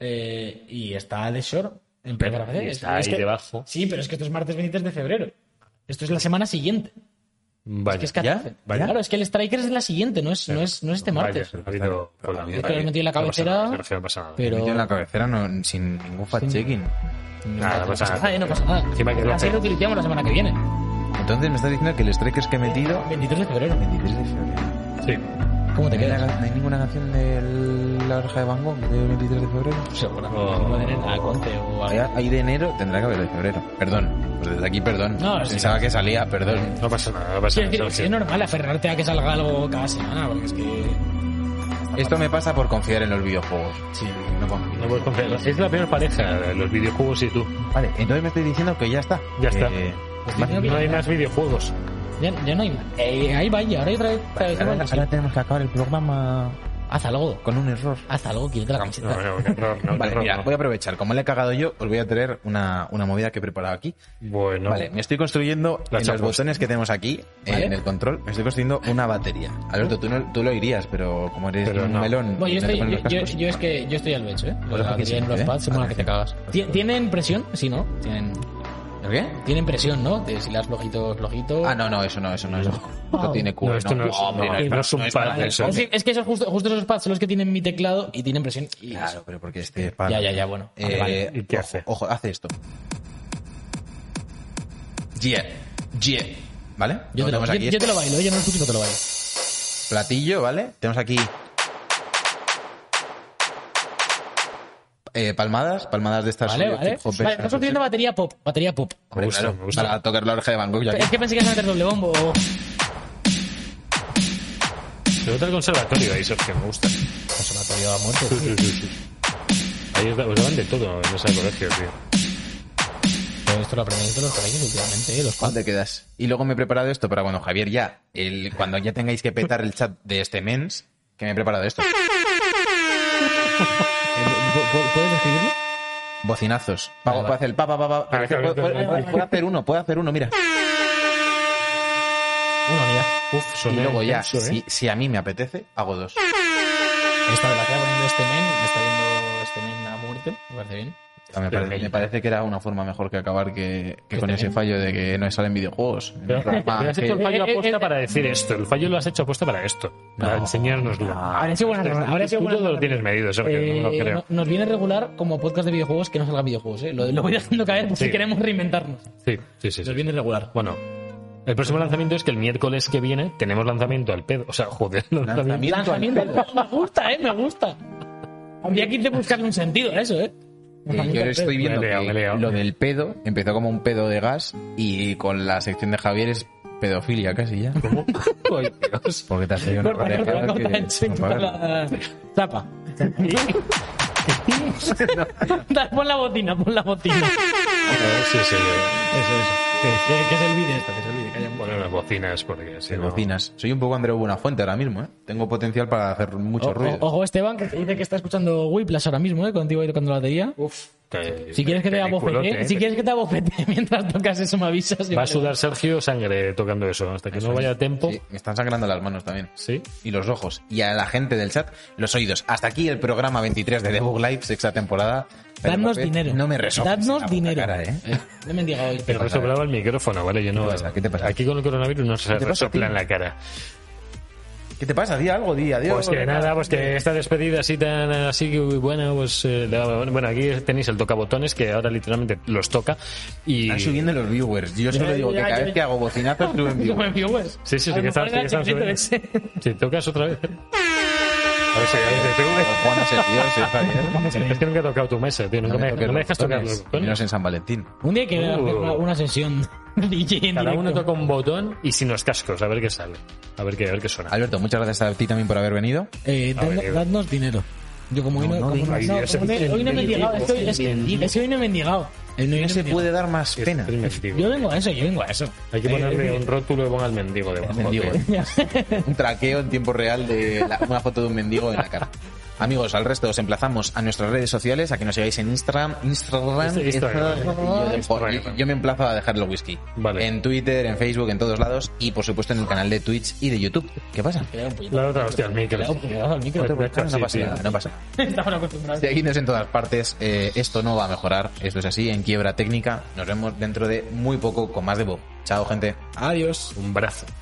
S9: eh, y está The Shore en
S1: Pero,
S9: primera
S1: y
S9: vez.
S1: está
S9: Es
S1: ahí
S9: que-
S1: debajo.
S9: Sí, pero es que esto es martes 23 de febrero.
S3: Esto es la semana siguiente.
S1: Vaya.
S3: Que es 14.
S1: Vaya.
S3: Claro, es que el Striker es la siguiente, no es, no es, no es este martes.
S1: Vaya, ha habido por la-
S3: Es que lo he metido en la
S1: No pasa
S3: cabecera,
S1: nada, Sergio, no pasa nada.
S3: Pero
S2: Metido en la cabecera no- sin ningún fact-checking.
S1: Nada, no pasa
S3: no pasa
S1: nada.
S3: nada, eh, no pasa nada.
S1: Encima que
S3: Así
S1: doce.
S3: lo utilizamos la semana que viene.
S2: Entonces me estás diciendo que el Strikers que he metido...
S3: 23 de febrero.
S2: 23 de febrero.
S1: Sí.
S3: ¿Cómo te
S2: ¿No hay
S3: quedas?
S2: una- no hay ninguna canción de La Oreja de Van Gogh de 23 de febrero?
S3: Seguro.
S1: Oh.
S3: Puede tener a Conte o
S2: Hay,
S3: a...
S2: hay de enero, tendrá que haber de febrero. Perdón, pues desde aquí perdón.
S3: No, sí,
S2: Pensaba que salía, perdón.
S1: No pasa nada, no pasa
S3: Quiero
S1: nada.
S3: decir,
S1: Sergio.
S3: es normal aferrarte a que salga algo cada semana, porque es que...
S2: Esto me pasa por confiar en los videojuegos. Sí, no confío.
S1: No puedes confiar. Es la peor pareja, los videojuegos y tú.
S2: Vale, entonces me estoy diciendo que ya está.
S1: Ya está.
S2: Eh,
S1: No hay más videojuegos.
S3: Ya, ya no hay... Eh, ahí va, y ahora hay otra vez... otra vez-
S1: pues
S2: ahora, ahora tenemos que acabar el programa.
S3: Haz algo.
S2: Con un error.
S3: Haz algo, quítate la camiseta.
S1: No, no, no, no, no,
S2: Vale,
S1: no,
S2: mira,
S1: no.
S2: voy a aprovechar. Como le he cagado yo, os voy a traer una, una movida que he preparado aquí.
S1: Bueno,
S2: Vale, me estoy construyendo
S1: La
S2: en los
S1: chapos.
S2: botones que tenemos aquí, eh,
S3: Vale.
S2: en el control, me estoy construyendo una batería. Alberto, tú, no- tú lo irías, pero como eres
S1: Pero
S2: un
S1: no.
S2: melón,
S3: Bueno, yo,
S2: y no te
S3: estoy,
S2: pones
S3: yo,
S2: los
S3: yo-
S2: cascos,
S3: yo es que yo estoy al becho, ¿eh?
S2: Pues
S3: Aquí
S2: que sí,
S3: tienen los
S2: ¿eh?
S3: pads, se mola que te
S2: Atención.
S3: cagas. Ti- ¿Tienen presión? Sí, ¿no? Tienen,
S2: ¿El qué?
S3: tienen presión, ¿no? De si las lojitos, lojito.
S2: Ah, no, no, eso no, eso no. Eso no tiene culo.
S1: No, esto no es-
S2: hombre,
S1: no,
S2: es
S1: no
S2: para-
S1: es un
S2: para
S1: par de
S2: hacer
S1: eso.
S3: Es, decir, es que esos, justo, justo esos pads son los que tienen mi teclado y tienen presión. Y
S2: Claro, pero porque este pan.
S3: Ya, ya, ya, bueno.
S2: Eh,
S1: Vale, ¿y qué
S2: ojo,
S1: hace?
S2: Ojo, hace esto. Yeah, yeah. ¿Vale?
S3: Yo, te lo,
S2: tenemos
S3: yo-
S2: aquí este
S3: yo te lo bailo, eh, yo no lo escucho, pero te lo bailo.
S2: platillo, ¿vale? Tenemos aquí. eh, palmadas, palmadas de estas. eh,
S3: Vale,
S2: rollo
S3: vale.
S2: hip hop,
S3: Vale,
S2: estas,
S3: estás construyendo
S2: sí.
S3: batería pop, batería pop.
S2: Hombre,
S1: Me gusta,
S2: claro,
S1: me gusta.
S2: Para tocar la oreja de Van Gogh yo aquí.
S3: Es que pensé que ibas a meter doble bombo.
S1: se nota el conservatorio ahí, eso que me gusta.
S3: Conservatorio a muerte.
S1: Sí, sí, sí, sí. Ahí os, da- os daban de todo en ese colegio, tío.
S3: Todo esto lo aprendí de los colegios, últimamente, ¿eh? los pads.
S2: ¿Dónde quedas? Y luego me he preparado esto para cuando Javier ya, el, cuando ya tengáis que petar el chat de este mens, que me he preparado
S3: Eh,
S2: esto.
S3: ¿Puedes describirlo?
S2: Bocinazos. Pago,
S3: Vale,
S2: puedo hacer el pa, pa, pa, pa, pero es que
S1: Ah, claro,
S2: puedo- puedo-
S1: claro.
S2: puedo hacer uno, puedo hacer uno, mira.
S3: Una unidad.
S1: Uf,
S2: Y
S1: soné
S2: luego ya,
S1: intenso, ¿eh?
S2: si, si a mí me apetece, hago dos.
S3: Esta de la que va poniendo este men, me está viendo este men a muerte, me parece
S2: Me
S3: bien.
S1: Pero
S2: parece,
S1: que-
S2: me parece que era una forma mejor que acabar que, que con ese
S3: también.
S2: fallo de que no salen videojuegos. En
S1: Pero,
S2: plan, ah,
S1: pero has
S2: que-
S1: hecho el fallo
S3: Eh, eh,
S1: apuesta
S3: eh,
S1: para decir esto. El fallo lo has hecho apuesta para esto. Para enseñárnoslo.
S2: Ah,
S3: Habría sido buena
S1: Tú-
S3: habría sido
S1: Tú
S3: buena
S1: todo lo tienes medido, Sergio. no lo
S3: Eh,
S1: creo.
S3: no- nos viene regular como podcast de videojuegos que no salgan videojuegos, ¿eh? Lo, lo voy dejando caer por
S1: Sí.
S3: si queremos reinventarnos.
S1: Sí, sí, sí. sí.
S3: Nos viene regular.
S1: Bueno, el próximo lanzamiento es que el miércoles que viene tenemos lanzamiento al pedo. O sea, joder, lanzamiento.
S2: Lanzamiento al
S3: Lanzamiento. Me gusta, ¿eh? Me gusta. Habría que buscarle un sentido a eso, ¿eh?
S2: Eh, yo estoy viendo
S1: Me he liado,
S2: que
S1: me he liado.
S2: lo del pedo empezó como un pedo de gas y con la sección de Javier es pedofilia casi ya.
S1: Ay, Dios.
S2: Porque te has salido una
S3: Corta, corta,
S2: pareja
S3: corta,
S2: que-
S3: enseña
S2: por favor.
S3: la- Tapa. Da- pon la botina, pon la botina.
S1: Sí, sí.
S9: Eso, eso. Que, que- que se olvide esto, que se olvide. Que haya un-
S1: Bueno, las bocinas, porque si
S2: ¿Qué
S1: no-
S2: opinas? Soy un poco Andreu Buenafuente ahora mismo, ¿eh? Tengo potencial para hacer mucho
S3: O-
S2: ruido.
S3: o- Ojo, Esteban, que te dice que está escuchando Whiplash ahora mismo, ¿eh? Contigo ahí tocando la batería.
S1: que-
S3: Si quieres que te
S1: peliculote,
S3: abofete,
S1: ¿eh?
S3: si quieres que te abofete mientras tocas eso, me avisas.
S1: Va a sudar Sergio sangre tocando eso. Hasta que no vaya a tiempo.
S2: Sí, me están sangrando las manos también.
S1: Sí.
S2: Y los ojos. Y a la gente del chat, los oídos. Hasta aquí el programa 23 de Debug Live, sexta temporada. Pero,
S3: Dadnos
S2: Pepe,
S3: dinero.
S2: No me resojes en la
S3: Dadnos
S2: puta
S3: dinero.
S2: cara, ¿eh?
S3: No me diga hoy.
S1: Pero
S2: pasa,
S1: resoplaba el micrófono, ¿vale? Yo no.
S2: ¿Qué te pasa? ¿Qué te pasa?
S1: Aquí con el coronavirus no se
S2: te pasa a ti?
S1: resopla en la cara.
S2: ¿Qué te pasa? Di algo, di adiós.
S1: Pues que nada, pues que esta despedida así tan así que bueno, pues eh, da- bueno, aquí tenéis el tocabotones que ahora literalmente los toca y
S2: Están subiendo los viewers. Yo solo digo que cada vez que hago bocinazos suben
S3: Como
S2: viewers.
S3: en viewers.
S1: Sí, sí,
S3: pues. A
S1: sí,
S3: lo
S1: que están,
S3: mejor
S1: que
S3: era
S1: están
S3: el
S1: subiendo.
S3: chistito ese.
S1: Si tocas otra vez. A ver si hay
S2: Juan es el dios, ¿eh, Javier?
S1: YouTube. Es que nunca he tocado tu mesa, tío. Nunca
S2: No me
S1: me,
S2: toques
S1: no me dejas
S2: los
S1: tocar
S2: botones,
S1: los botones.
S2: menos en San Valentín.
S3: Un día hay que
S1: Uh.
S3: hacer una, una sesión DJ en
S1: Cada
S3: directo.
S1: uno toca un botón y sin los cascos, a ver qué sale. A ver qué, a ver qué suena.
S2: Alberto, muchas gracias a ti también por haber venido.
S3: Eh,
S1: A ver,
S3: dadno- dadnos dinero. Yo como hoy no, como no-
S1: ay,
S3: no,
S1: Dios,
S3: como
S1: el-
S3: no- hoy no me he
S1: el-
S3: llegado. Es que,
S1: el-
S3: es que-
S1: el-
S3: es que hoy no me he mendigado. Hoy Eh, No, me he
S2: No se
S3: mendigado.
S2: puede dar más
S1: Es
S2: pena.
S1: primitivo.
S3: Yo vengo a eso, yo vengo a eso.
S1: Hay que ponerle
S3: 哎
S1: un rótulo y ponga el mendigo debajo.
S2: Mendigo,
S1: tío.
S2: ¿eh? un traqueo en tiempo real de la- una foto de un mendigo en la cara. Amigos, al resto os emplazamos a nuestras redes sociales, a que nos sigáis en Instagram, Instagram,
S1: Este- Instagram.
S2: ¿eh? Instagram. Y yo, de-
S1: Instagram.
S2: yo me emplazo a dejarlo whisky.
S1: Vale.
S2: En Twitter, en Facebook, en todos lados y por supuesto en el canal de Twitch y de YouTube. ¿Qué pasa?
S3: Le da un puñetazo.
S1: La otra, hostia, el micro. Pues
S3: Le da un puñetazo ¿eh? al micro.
S1: Otro
S2: Ah, No pasa nada, no pasa nada.
S3: Estamos acostumbrados.
S2: Seguidnos en todas partes, eh, esto no va a mejorar, esto es así, en quiebra técnica. Nos vemos dentro de muy poco con más de Bob. Chao, gente.
S9: Adiós.
S1: Un brazo.